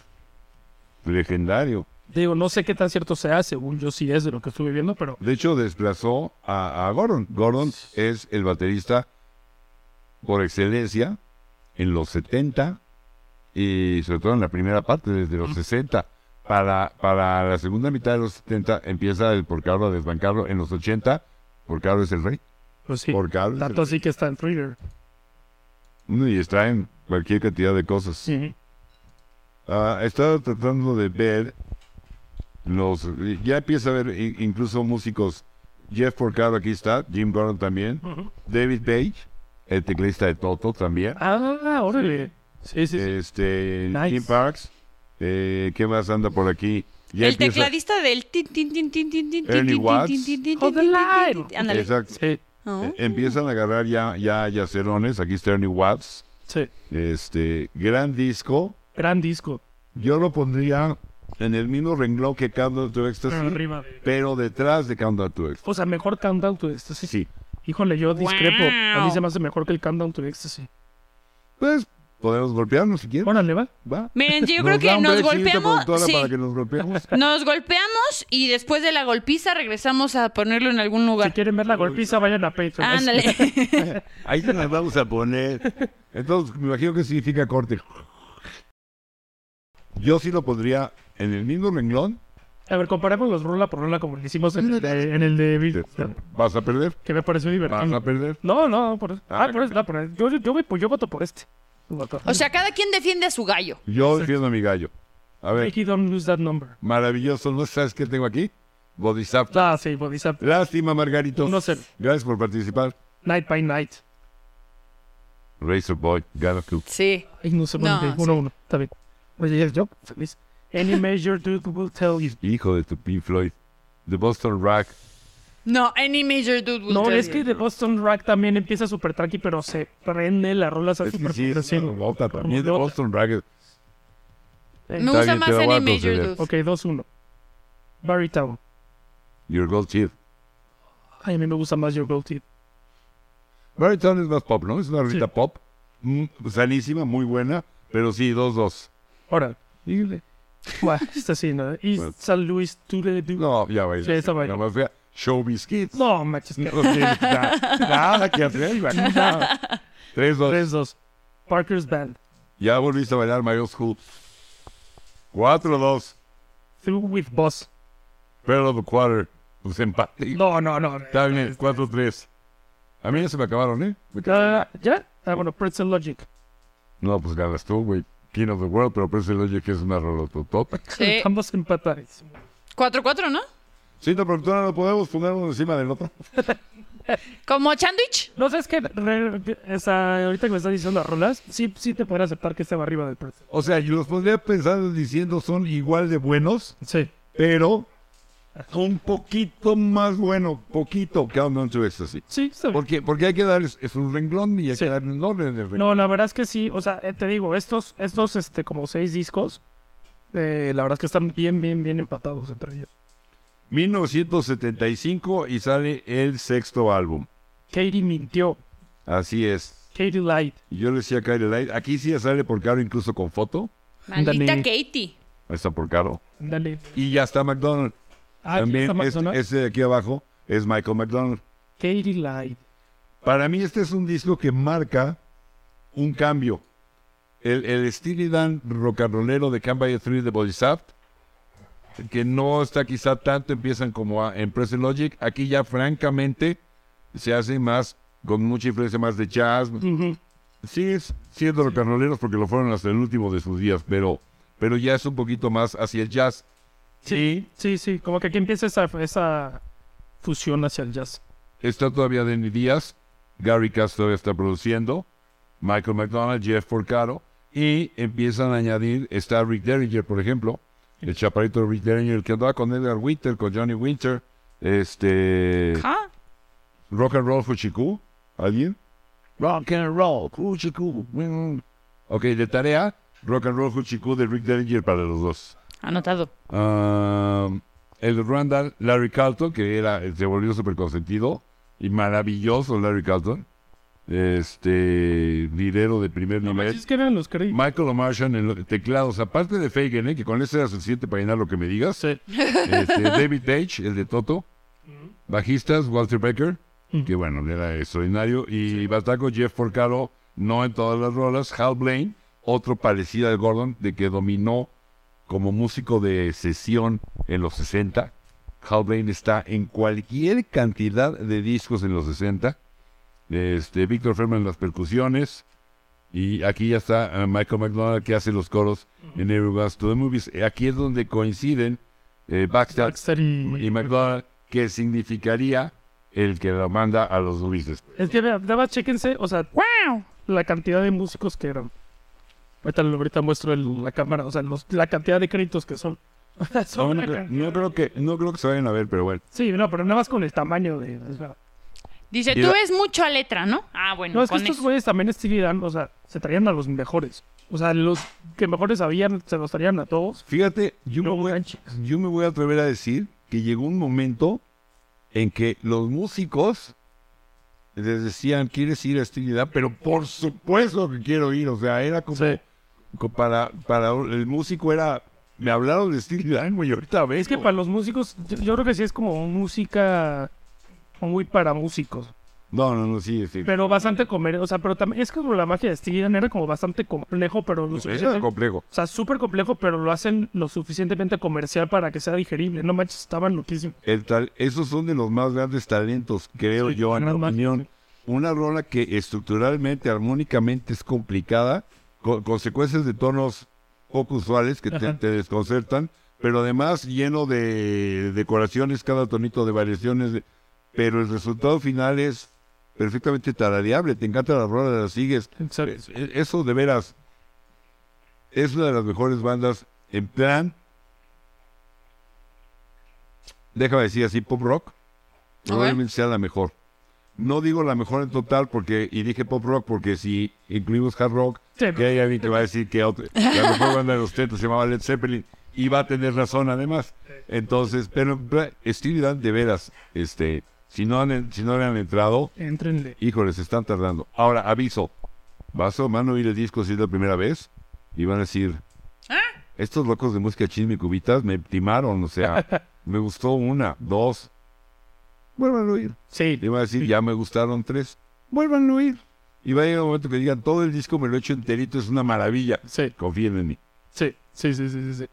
[SPEAKER 1] legendario.
[SPEAKER 3] Digo, no sé qué tan cierto sea, según yo sí es de lo que estuve viendo, pero
[SPEAKER 1] De hecho, desplazó a, a Gordon. Gordon es el baterista por excelencia en los 70 y sobre todo en la primera parte, desde los 60. Para, para la segunda mitad de los 70 empieza el Porcaro a desbancarlo. En los 80, Porcaro es el rey.
[SPEAKER 3] pues sí.
[SPEAKER 1] Porcaro es el
[SPEAKER 3] Tanto así que está en Thriller.
[SPEAKER 1] rey. Y está en cualquier cantidad de cosas.
[SPEAKER 3] Sí.
[SPEAKER 1] Ah, estaba tratando de ver los. Ya empieza a ver i- incluso músicos. Jeff Porcaro aquí está, Jim Gordon también, David Page, el teclista de Toto también,
[SPEAKER 3] Ah, órale. Sí, sí, sí.
[SPEAKER 1] este
[SPEAKER 3] Nice.
[SPEAKER 1] Jim Parks, eh, ¿qué más anda por aquí? Ya
[SPEAKER 2] el
[SPEAKER 1] empieza-
[SPEAKER 2] tecladista del tin tin tin tin tin tin tin
[SPEAKER 1] Ernie
[SPEAKER 2] tin,
[SPEAKER 1] Watts.
[SPEAKER 2] tin, tin, tin,
[SPEAKER 3] Hold the
[SPEAKER 2] tin, tin,
[SPEAKER 3] line.
[SPEAKER 2] tin, tin. Ándale.
[SPEAKER 1] Exacto.
[SPEAKER 3] Sí,
[SPEAKER 2] Oh.
[SPEAKER 1] Eh, Empiezan a agarrar ya ya yacerones. Aquí está Ernie Watts,
[SPEAKER 3] sí.
[SPEAKER 1] este gran disco.
[SPEAKER 3] Gran disco.
[SPEAKER 1] Yo lo pondría en el mismo renglón que Countdown to
[SPEAKER 3] Pero
[SPEAKER 1] Ecstasy,
[SPEAKER 3] arriba de-
[SPEAKER 1] pero detrás de Countdown to Ecstasy.
[SPEAKER 3] O sea, mejor Countdown to Ecstasy.
[SPEAKER 1] Sí.
[SPEAKER 3] Híjole, yo discrepo. A mí
[SPEAKER 2] Wow.
[SPEAKER 3] se me hace mejor que el Countdown to Ecstasy.
[SPEAKER 1] Pues Podemos golpearnos si quieren.
[SPEAKER 3] Órale, va.
[SPEAKER 1] Va.
[SPEAKER 2] Miren, yo creo
[SPEAKER 1] Nos da
[SPEAKER 2] que
[SPEAKER 1] un
[SPEAKER 2] nos
[SPEAKER 1] break, señorita
[SPEAKER 2] golpeamos.
[SPEAKER 1] productora,
[SPEAKER 2] sí.
[SPEAKER 1] Para que nos golpeemos.
[SPEAKER 2] Nos golpeamos y después de la golpiza regresamos a ponerlo en algún
[SPEAKER 3] Si
[SPEAKER 2] lugar.
[SPEAKER 3] quieren ver la golpiza, vayan a Patreon.
[SPEAKER 2] Ándale.
[SPEAKER 1] Ahí te las vamos a poner. Entonces, me imagino que significa corte. Yo sí lo pondría en el mismo renglón.
[SPEAKER 3] A ver, comparemos los rola por rola como lo hicimos en el de, en el de Bill,
[SPEAKER 1] Vas a perder.
[SPEAKER 3] que me pareció
[SPEAKER 1] Vas a
[SPEAKER 3] divertido.
[SPEAKER 1] perder.
[SPEAKER 3] No, no, por eso.
[SPEAKER 1] Ah,
[SPEAKER 3] Ah, por eso, no, por eso. Yo, yo, yo, voy por- yo voto por este. Voto.
[SPEAKER 2] O sea, cada quien defiende a su gallo.
[SPEAKER 1] Yo defiendo a mi gallo. A ver,
[SPEAKER 3] Ricky, don't lose that number.
[SPEAKER 1] maravilloso. ¿No sabes qué tengo aquí? Bodhisattva.
[SPEAKER 3] Ah, sí, Bodhisattva.
[SPEAKER 1] Lástima, Margarito.
[SPEAKER 3] No sé.
[SPEAKER 1] Gracias por participar.
[SPEAKER 3] Night by night.
[SPEAKER 1] Razor Boy, Gano Club.
[SPEAKER 2] Sí.
[SPEAKER 3] Ay, no sé,
[SPEAKER 2] No,
[SPEAKER 3] bueno,
[SPEAKER 2] sí.
[SPEAKER 3] uno, uno. Está bien. Oye, ya, yo, feliz. Any major dude will tell you.
[SPEAKER 1] Hijo de tu Pink Floyd. The Boston Rack.
[SPEAKER 2] No, any major dude will
[SPEAKER 3] No,
[SPEAKER 2] tell
[SPEAKER 3] es
[SPEAKER 2] you.
[SPEAKER 3] que The Boston Rack también empieza súper tranqui, pero se prende la rola.
[SPEAKER 1] Es que sí, es una bota también. The
[SPEAKER 3] Como
[SPEAKER 1] Boston Rack.
[SPEAKER 2] Me
[SPEAKER 1] Está
[SPEAKER 2] gusta
[SPEAKER 1] bien,
[SPEAKER 2] más
[SPEAKER 1] te la voy a
[SPEAKER 2] any
[SPEAKER 1] conceder.
[SPEAKER 2] major dude.
[SPEAKER 3] Ok, 2-1. Barrytown.
[SPEAKER 1] Your Gold Chief.
[SPEAKER 3] Ay, a mí me gusta más Your Gold Teeth.
[SPEAKER 1] Baritone es más pop, ¿no? Es una rita
[SPEAKER 3] Sí.
[SPEAKER 1] pop. Mm, sanísima, muy buena. Pero sí, 2-2. Dos, dos.
[SPEAKER 3] Ahora, dígale. Buah, esta sí, ¿no? East
[SPEAKER 1] Bueno.
[SPEAKER 3] San Luis, tú le du-
[SPEAKER 1] No, ya va.
[SPEAKER 3] Sí, esa baila.
[SPEAKER 1] Nada más vea. Showbiz Kids.
[SPEAKER 3] No, manches, que-
[SPEAKER 1] No tiene na- nada que hacer, imagina. 3-2.
[SPEAKER 3] 3-2. Parker's Band.
[SPEAKER 1] Ya volviste a bailar My Old School. 4-2.
[SPEAKER 3] Through with Boss.
[SPEAKER 1] Pearl of the Quarter. Pues empate.
[SPEAKER 3] No, no, no.
[SPEAKER 1] Está bien, 4-3. A mí ya se me acabaron, ¿eh? Me quedaron-
[SPEAKER 3] Ah, ¿Ya? Ah, bueno, Pretzel Logic.
[SPEAKER 1] No, pues ganas tú, güey. King of the World, pero parece oye que es una rolototota.
[SPEAKER 2] Sí.
[SPEAKER 3] Estamos empatados.
[SPEAKER 2] 4-4, ¿no?
[SPEAKER 1] Sí, la productora no podemos poner uno encima del otro.
[SPEAKER 2] Como Chanduich.
[SPEAKER 3] No sé, es que re- esa- ahorita que me estás diciendo las rolas, sí, sí te podría aceptar que estaba arriba del Pretzel.
[SPEAKER 1] O sea, yo los podría pensar diciendo son igual de buenos,
[SPEAKER 3] Sí.
[SPEAKER 1] pero un poquito más bueno, poquito Countdown to Ecstasy.
[SPEAKER 3] Sí, está bien.
[SPEAKER 1] Porque, porque hay que dar, es un renglón y hay
[SPEAKER 3] Sí.
[SPEAKER 1] que dar un orden de renglón.
[SPEAKER 3] No, la verdad es que sí. O sea, eh, te digo, estos, estos este, como seis discos, eh, la verdad es que están bien, bien, bien empatados entre ellos.
[SPEAKER 1] 1975 y sale el sexto álbum.
[SPEAKER 3] Katie mintió.
[SPEAKER 1] Así es.
[SPEAKER 3] Katie lied.
[SPEAKER 1] Y Yo le decía a Kylie Light, aquí sí ya sale por caro incluso con foto.
[SPEAKER 2] Maldita
[SPEAKER 3] Ándale.
[SPEAKER 2] Katie.
[SPEAKER 1] Ahí está por caro.
[SPEAKER 3] Dale.
[SPEAKER 1] Y ya está McDonald.
[SPEAKER 3] Ah,
[SPEAKER 1] También
[SPEAKER 3] esta
[SPEAKER 1] este-
[SPEAKER 3] persona.
[SPEAKER 1] este de aquí abajo es Michael McDonald.
[SPEAKER 3] Katie lied.
[SPEAKER 1] Para mí este es un disco que marca un cambio. El, el estilo Dan rock and rollero de Can Buy a Thrill de Bodhisattva, que no está quizá tanto, empiezan como a, en Present Logic. Aquí ya francamente se hace más, con mucha influencia más de jazz.
[SPEAKER 3] Ujú.
[SPEAKER 1] Sigues siendo rock and rolleros porque lo fueron hasta el último de sus días, pero, pero ya es un poquito más hacia el jazz.
[SPEAKER 3] Sí, sí, sí. Como que aquí empieza esa, esa fusión hacia el jazz.
[SPEAKER 1] Está todavía Denny Díaz, Gary Cass todavía está produciendo, Michael McDonald, Jeff Porcaro, y empiezan a añadir, está Rick Derringer, por ejemplo, el chaparrito Rick Derringer, que andaba con Edgar Winter, con Johnny Winter, este...
[SPEAKER 2] Ah,
[SPEAKER 1] Rock and Roll Fuchiku, ¿alguien? Rock and Roll Fuchiku. mm. Ok, de tarea, Rock and Roll Fuchiku de Rick Derringer para los dos.
[SPEAKER 2] Anotado.
[SPEAKER 1] Um, el Randall, Larry Carlton, que era, se volvió súper consentido y maravilloso Larry Carlton. Este, lidero de primer
[SPEAKER 3] No,
[SPEAKER 1] nivel.
[SPEAKER 3] es que eran los creí.
[SPEAKER 1] Michael O'Marshan en los teclados, aparte de Fagan, ¿eh? que con ese era suficiente para llenar lo que me digas.
[SPEAKER 3] Sí.
[SPEAKER 1] Este, David Page, el de Toto. Bajistas, Walter Becker, que bueno, era extraordinario. Y Bataco, Jeff Porcaro, no en todas las rolas. Hal Blaine, otro parecido al Gordon, de que dominó como músico de sesión en los 60. Hal Blaine está en cualquier cantidad de discos en los 60. Este, Víctor Ferman en las percusiones. Y aquí ya está eh, Michael McDonald que hace los coros en Every Goes to the Movies. Eh, Aquí es donde coinciden eh, Baxter
[SPEAKER 3] Baxter y-
[SPEAKER 1] y McDonald, que significaría el que lo manda a los movies.
[SPEAKER 3] Es que vea, nada más chéquense, o sea,
[SPEAKER 2] ¡Wow!
[SPEAKER 3] la cantidad de músicos que eran. Ahorita, ahorita muestro el- la cámara, o sea, los- la cantidad de créditos que son.
[SPEAKER 1] No,
[SPEAKER 3] Son
[SPEAKER 1] no
[SPEAKER 3] una
[SPEAKER 1] creo-
[SPEAKER 3] cantidad.
[SPEAKER 1] no creo que, no creo que se vayan a ver, pero bueno.
[SPEAKER 3] Sí, no, pero nada más con el tamaño de. o sea,
[SPEAKER 2] Dice,
[SPEAKER 1] Y
[SPEAKER 2] tú
[SPEAKER 1] la-
[SPEAKER 2] ves mucho a letra, ¿no? Ah, bueno,
[SPEAKER 3] no, es que
[SPEAKER 2] con
[SPEAKER 3] estos
[SPEAKER 2] eso.
[SPEAKER 3] güeyes también estiran, o sea, se traían a los mejores. O sea, los que mejores habían, se los traían a todos.
[SPEAKER 1] Fíjate, yo,
[SPEAKER 3] No
[SPEAKER 1] me voy,
[SPEAKER 3] manches.
[SPEAKER 1] yo me voy a atrever a decir que llegó un momento en que los músicos les decían, ¿quieres ir a Trinidad? Pero por supuesto que quiero ir, o sea, era como,
[SPEAKER 3] Sí.
[SPEAKER 1] co- para, para el músico era, me hablaron de Trinidad, güey, ahorita ves.
[SPEAKER 3] Es que para los músicos, yo, yo creo que sí es como música muy para músicos,
[SPEAKER 1] No, no, no, sí, sí.
[SPEAKER 3] pero bastante comer, o sea, pero también es que como la magia de Steven era como bastante complejo, pero lo
[SPEAKER 1] Era
[SPEAKER 3] suficiente-
[SPEAKER 1] complejo.
[SPEAKER 3] o sea, súper complejo, pero lo hacen lo suficientemente comercial para que sea digerible. No manches, estaban loquísimos.
[SPEAKER 1] El tal- esos son de los más grandes talentos, creo
[SPEAKER 3] Sí,
[SPEAKER 1] yo, en mi
[SPEAKER 3] gran magia,
[SPEAKER 1] opinión.
[SPEAKER 3] sí.
[SPEAKER 1] Una rola que estructuralmente, armónicamente es complicada, con consecuencias de tonos poco usuales que te,
[SPEAKER 3] Ajá.
[SPEAKER 1] te desconcertan, pero además lleno de decoraciones, cada tonito de variaciones, de- pero el resultado final es perfectamente tarareable. Te encanta la rola, la sigues.
[SPEAKER 3] Exacto.
[SPEAKER 1] Es- es- Eso de veras es una de las mejores bandas en plan. Déjame decir así, pop rock. Probablemente sea la mejor. No digo la mejor en total porque, y dije pop rock porque si incluimos hard rock,
[SPEAKER 3] Sí,
[SPEAKER 1] que hay alguien que va a decir que otro- la mejor banda de los 30 se llamaba Led Zeppelin y va a tener razón además. Entonces, pero en plan, Steely Dan, de veras, este, si no han, si no le han entrado,
[SPEAKER 3] Entrenle.
[SPEAKER 1] Híjole, se están tardando. Ahora, aviso. Vas a van a oír el disco si es la primera vez y van a decir,
[SPEAKER 3] ¿Ah?
[SPEAKER 1] estos locos de música chisme y cubitas me timaron, o sea, me gustó una, dos. Vuelvan a oír.
[SPEAKER 3] Sí,
[SPEAKER 1] Y van a decir, ya me gustaron tres. Vuelvan a oír. Y va a llegar un momento que digan, todo el disco me lo he hecho enterito, es una maravilla.
[SPEAKER 3] sí,
[SPEAKER 1] Confíen en mí.
[SPEAKER 3] sí, sí, sí, sí, sí, sí.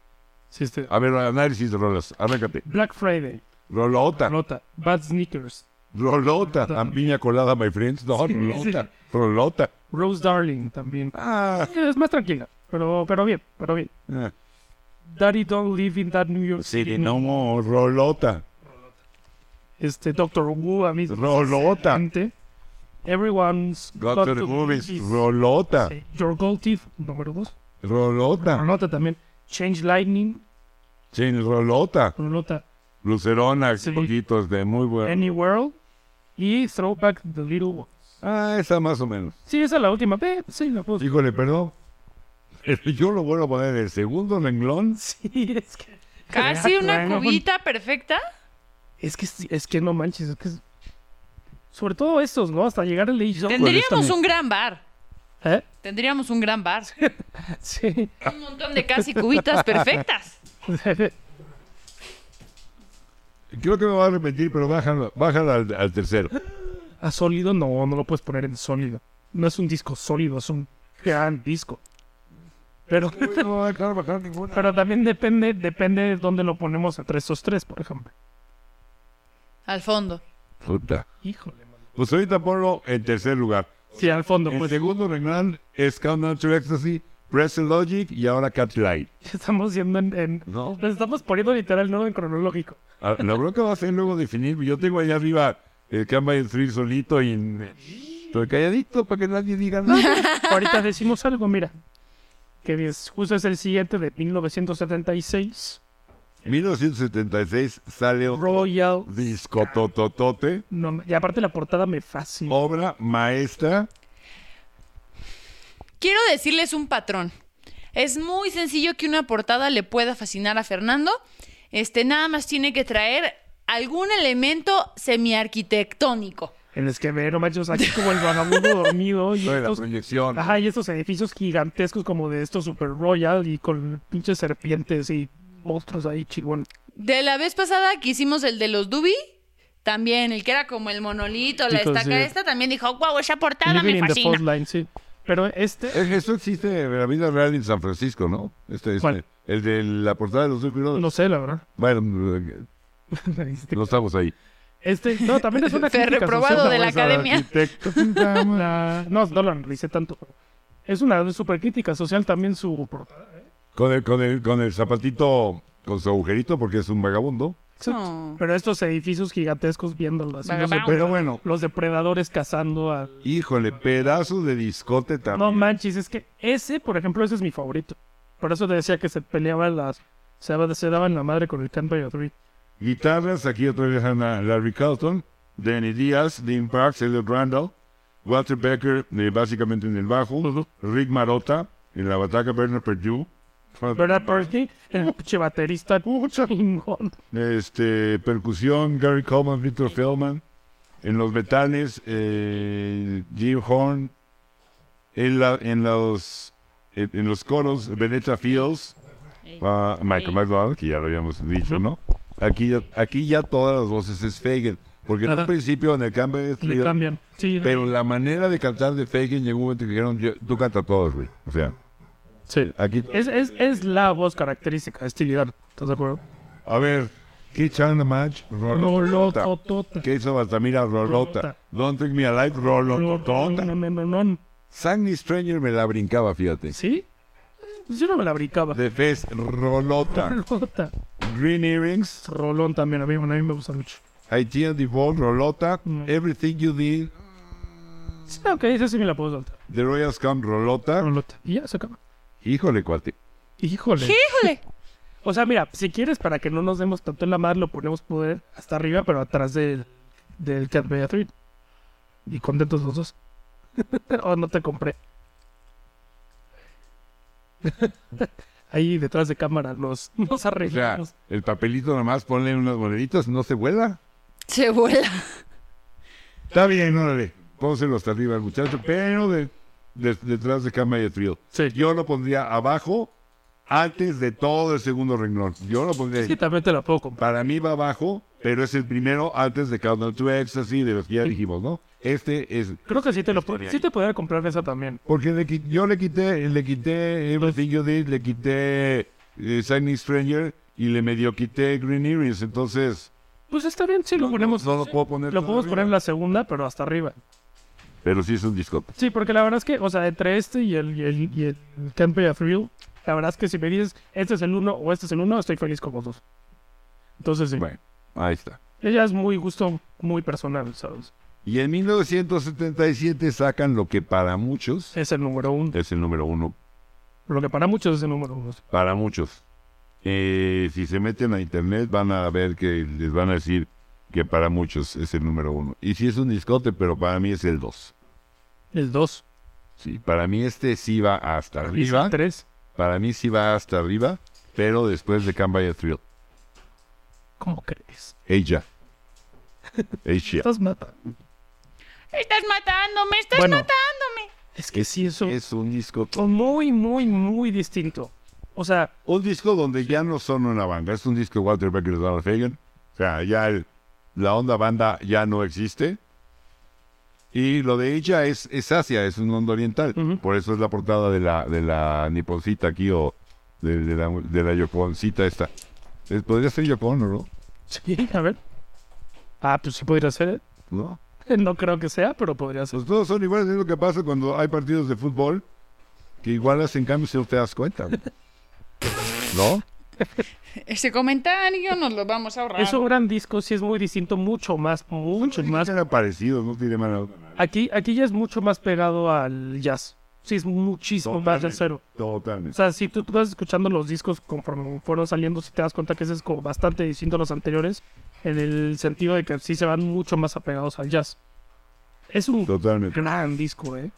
[SPEAKER 3] Sí, este-
[SPEAKER 1] A ver, análisis de rolas. Arráncate.
[SPEAKER 3] Black Friday,
[SPEAKER 1] Rolota.
[SPEAKER 3] nota, Bad Sneakers,
[SPEAKER 1] Rolota. Tan piña colada, my friends. No,
[SPEAKER 3] Sí, sí.
[SPEAKER 1] rolota. Rolota.
[SPEAKER 3] Rose Darling también.
[SPEAKER 1] Ah.
[SPEAKER 3] Es más tranquila, pero, pero bien, pero bien.
[SPEAKER 1] ah.
[SPEAKER 3] Daddy Don't Live in That New York City.
[SPEAKER 1] Sirenomo, Rolota,
[SPEAKER 3] Este, Doctor Who, a mí.
[SPEAKER 1] Rolota,
[SPEAKER 3] gente. Everyone's
[SPEAKER 1] Got to the Movies, Rolota,
[SPEAKER 3] Sí, Your Gold Teeth, número 2.
[SPEAKER 1] Rolota,
[SPEAKER 3] Nota también. Change Lightning,
[SPEAKER 1] Chin Rolota,
[SPEAKER 3] nota.
[SPEAKER 1] Lucerona,
[SPEAKER 3] Sí.
[SPEAKER 1] poquitos de muy bueno.
[SPEAKER 3] Any World y Throwback the Little One.
[SPEAKER 1] Ah, esa más o menos.
[SPEAKER 3] Sí, esa es la última. Eh, sí, la puse.
[SPEAKER 1] Híjole, perdón. Yo lo vuelvo a poner en el segundo renglón.
[SPEAKER 3] Sí, es que.
[SPEAKER 2] Casi una
[SPEAKER 3] Bueno, con-
[SPEAKER 2] cubita perfecta.
[SPEAKER 3] Es que, sí, es que no manches, es que. es- Sobre todo estos, ¿no? Hasta llegar al Age of
[SPEAKER 2] Tendríamos un gran bar.
[SPEAKER 3] ¿Eh?
[SPEAKER 2] Tendríamos un gran bar.
[SPEAKER 3] Sí.
[SPEAKER 2] Un montón de casi cubitas perfectas.
[SPEAKER 1] Creo que me va a arrepentir, pero bájalo, bájalo al, al tercero.
[SPEAKER 3] A sólido, no, no lo puedes poner en sólido. No es un disco sólido, es un gran disco. Pero.
[SPEAKER 1] No va a dejar bajar ninguna.
[SPEAKER 3] Pero también depende, depende de dónde lo ponemos entre estos tres, por ejemplo.
[SPEAKER 2] Al fondo.
[SPEAKER 1] Puta.
[SPEAKER 3] Híjole, man.
[SPEAKER 1] Pues ahorita ponlo en tercer lugar.
[SPEAKER 3] Sí, al fondo,
[SPEAKER 1] El
[SPEAKER 3] pues
[SPEAKER 1] segundo renglón es Countdown to Ecstasy, Present Logic y ahora Cat Light.
[SPEAKER 3] estamos yendo en, en-
[SPEAKER 1] ¿No?
[SPEAKER 3] nos estamos poniendo literal en orden cronológico.
[SPEAKER 1] Ah, La bronca va a ser luego definir. Yo tengo allá arriba el Canva y el Thrill solito y me- estoy calladito para que nadie diga nada.
[SPEAKER 3] Ahorita decimos algo, mira. Que es, justo es el siguiente de 1976.
[SPEAKER 1] 1976 sale otro
[SPEAKER 3] Royal.
[SPEAKER 1] disco tototote,
[SPEAKER 3] No, y aparte la portada me fascina.
[SPEAKER 1] obra maestra.
[SPEAKER 2] Quiero decirles un patrón. Es muy sencillo que una portada le pueda fascinar a Fernando. Este nada más tiene que traer algún elemento semiarquitectónico.
[SPEAKER 3] El esquemero, machos, aquí como el vagabundo dormido. Y
[SPEAKER 1] Lo de la
[SPEAKER 3] estos,
[SPEAKER 1] proyección.
[SPEAKER 3] ajá, y estos edificios gigantescos como de estos Super Royal y con pinches serpientes y monstruos ahí, chingón.
[SPEAKER 2] De la vez pasada que hicimos el de los Dubi, también el que era como el monolito, la
[SPEAKER 3] Chicos,
[SPEAKER 2] estaca
[SPEAKER 3] sí.
[SPEAKER 2] esta, también dijo, wow, esa portada
[SPEAKER 3] Living
[SPEAKER 2] me
[SPEAKER 3] in the
[SPEAKER 2] fascina.
[SPEAKER 3] Fault Line, sí. Pero este,
[SPEAKER 1] Eh, Eso existe en la vida real en San Francisco, ¿no? Este, este,
[SPEAKER 3] ¿Cuál?
[SPEAKER 1] el de la portada de los Doobie Brothers.
[SPEAKER 3] no sé, la verdad.
[SPEAKER 1] Bueno, eh, no estamos ahí.
[SPEAKER 3] Este, no, también es una
[SPEAKER 2] Fue
[SPEAKER 3] crítica
[SPEAKER 2] reprobado
[SPEAKER 3] social.
[SPEAKER 2] de la
[SPEAKER 1] Vamos al
[SPEAKER 2] academia.
[SPEAKER 1] arquitecto.
[SPEAKER 3] La- No, no lo analicé tanto. Es una super crítica social también su portada.
[SPEAKER 1] Con el, con, el, con el zapatito, con su agujerito, porque es un vagabundo.
[SPEAKER 2] No.
[SPEAKER 3] Pero estos edificios gigantescos viéndolos. así, los,
[SPEAKER 2] Vagabundo.
[SPEAKER 3] depre-
[SPEAKER 1] Pero bueno,
[SPEAKER 3] los depredadores cazando a...
[SPEAKER 1] híjole, pedazo de discote también.
[SPEAKER 3] No manches, es que ese, por ejemplo, ese es mi favorito. Por eso te decía que se peleaban las... Se, daba- se daban la madre con el Can't Buy a Dream.
[SPEAKER 1] Guitarras, aquí otra vez Ana Larry Carlton, Danny Díaz, Dean Parks, Elliot Randall, Walter Becker, eh, básicamente en el bajo, Rick Marotta, en la bataca Bernard Perdue,
[SPEAKER 3] ¿Verdad, Perky? El pinche baterista. Chingón.
[SPEAKER 1] este, percusión, Gary Coleman, Victor Feldman, En los metales, eh, Jim Horn. En, la- en los, en, en los coros, Benetta Fields. ah, Michael McDonald, que ya lo habíamos dicho, ¿no? Aquí ya, aquí ya todas las voces es Fagan. Porque en un
[SPEAKER 3] Ajá.
[SPEAKER 1] principio, en el cambio de
[SPEAKER 3] Le
[SPEAKER 1] estilo,
[SPEAKER 3] cambian. Sí,
[SPEAKER 1] pero la manera de cantar de Fagan llegó un momento que dijeron, "Yo- tú canta todos, güey. O sea,
[SPEAKER 3] sí.
[SPEAKER 1] aquí...
[SPEAKER 3] Es, es, es la voz característica de Stevie Gadd, ¿estás de acuerdo?
[SPEAKER 1] A ver, ¿qué chanda match? Rolota.
[SPEAKER 3] Rolototota.
[SPEAKER 1] ¿Qué hizo Baltamira? Rolota.
[SPEAKER 3] Rolota.
[SPEAKER 1] Don't Take Me Alive,
[SPEAKER 3] No,
[SPEAKER 1] Rolotota.
[SPEAKER 3] no, no, no, no.
[SPEAKER 1] Sandy Stranger me la brincaba, fíjate.
[SPEAKER 3] ¿Sí? Pues Yo no me la brincaba.
[SPEAKER 1] The Fest, Rolota.
[SPEAKER 3] Rolota.
[SPEAKER 1] Green Earrings,
[SPEAKER 3] Rolón también, a mí, bueno, a mí me gusta mucho.
[SPEAKER 1] Haiti and Default, Rolota.
[SPEAKER 3] Mm.
[SPEAKER 1] Everything You Did,
[SPEAKER 3] Sí, ok, esa sí me la puedo soltar.
[SPEAKER 1] The Royals Come, Rolota.
[SPEAKER 3] Rolota. Y ya se acaba.
[SPEAKER 1] Híjole, cuate.
[SPEAKER 3] Híjole.
[SPEAKER 2] Híjole.
[SPEAKER 3] O sea, mira, si quieres, para que no nos demos tanto en la madre, lo ponemos poder hasta arriba, pero atrás del, del Cat Beatriz. Y contentos los dos. oh, no te compré. Ahí detrás de cámara nos, nos
[SPEAKER 1] O sea,
[SPEAKER 3] arreglamos.
[SPEAKER 1] el papelito nomás, ponle unas moneditas, no se vuela.
[SPEAKER 2] Se vuela.
[SPEAKER 1] Está bien, órale. Pónselo hasta arriba al muchacho, pero de- de- detrás de Cama y Trio.
[SPEAKER 3] Sí.
[SPEAKER 1] Yo lo pondría abajo, antes de todo el segundo renglón. Yo lo pondría
[SPEAKER 3] Sí,
[SPEAKER 1] ahí.
[SPEAKER 3] también te la puedo comprar.
[SPEAKER 1] Para mí va abajo, pero es el primero antes de Countdown to Ecstasy, de los que ya dijimos, ¿no? Este es...
[SPEAKER 3] Creo que sí te, lo puedo, sí te podría comprar esa también.
[SPEAKER 1] Porque le qui- yo le quité, le quité Everything You Did, le quité eh, Signing Stranger y le medio quité Green Earrings, entonces...
[SPEAKER 3] Pues está bien, sí, lo ponemos.
[SPEAKER 1] no lo puedo poner
[SPEAKER 3] Lo
[SPEAKER 1] todo
[SPEAKER 3] podemos poner en
[SPEAKER 1] arriba.
[SPEAKER 3] la segunda, pero hasta arriba.
[SPEAKER 1] Pero sí es un disco.
[SPEAKER 3] Sí, porque la verdad es que, o sea, entre este y el, y el, y el Can't Be a Thrill, la verdad es que si me dices, este es el uno o este es el uno, estoy feliz con los dos. Entonces, sí.
[SPEAKER 1] Bueno, ahí está.
[SPEAKER 3] Ella es muy gusto, muy personal, ¿sabes?
[SPEAKER 1] Y en 1977 sacan lo que para muchos
[SPEAKER 3] Es el número uno.
[SPEAKER 1] es el número uno.
[SPEAKER 3] Lo que para muchos es el número uno.
[SPEAKER 1] Para muchos. Eh, si se meten a internet van a ver que les van a decir que para muchos es el número uno. Y sí es un discote, pero para mí es el dos.
[SPEAKER 3] El dos.
[SPEAKER 1] Sí, para mí este sí va hasta
[SPEAKER 3] Y es
[SPEAKER 1] arriba.
[SPEAKER 3] el tres.
[SPEAKER 1] Para mí sí va hasta arriba, pero después de Can Buy a Thrill.
[SPEAKER 3] ¿Cómo crees?
[SPEAKER 1] Ella. Ella.
[SPEAKER 3] Estás mata.
[SPEAKER 2] Estás matándome, estás
[SPEAKER 3] Bueno.
[SPEAKER 2] matándome.
[SPEAKER 3] Es que sí, eso es
[SPEAKER 1] Es un disco.
[SPEAKER 3] muy, muy, muy distinto. O sea,
[SPEAKER 1] Un disco donde ya no son una banda. Es un disco de Walter Becker y Donald Fagan. O sea, ya el- la onda banda ya no existe. Y lo de ella es, es Asia, es un onda oriental.
[SPEAKER 3] Ujú.
[SPEAKER 1] Por eso es la portada de la, de la niponcita aquí o de, de la, de la yoponcita esta. Eh, Podría ser yopon, ¿no?
[SPEAKER 3] sí, a ver. Ah, pues sí podría ser.
[SPEAKER 1] ¿No?
[SPEAKER 3] ¿eh? No creo que sea, pero podría ser.
[SPEAKER 1] Pues todos son iguales. Es lo que pasa cuando hay partidos de fútbol que igual hacen cambios si no te das cuenta. ¿No?
[SPEAKER 2] Ese comentario nos lo vamos a
[SPEAKER 1] Pues,
[SPEAKER 2] ahorrar.
[SPEAKER 1] ah.
[SPEAKER 3] Es un gran disco, sí es muy distinto, mucho más, mucho más.
[SPEAKER 1] Eran parecidos, no tiene mala
[SPEAKER 3] Aquí, aquí ya es mucho más pegado al jazz. Sí, es muchísimo más jazzero. O
[SPEAKER 1] Totalmente.
[SPEAKER 3] sea, si tú, tú vas escuchando los discos conforme fueron saliendo, si te das cuenta que ese es como bastante distinto a los anteriores, en el sentido de que sí se van mucho más apegados al jazz. Es un
[SPEAKER 1] Totalmente.
[SPEAKER 3] gran disco, ¿eh?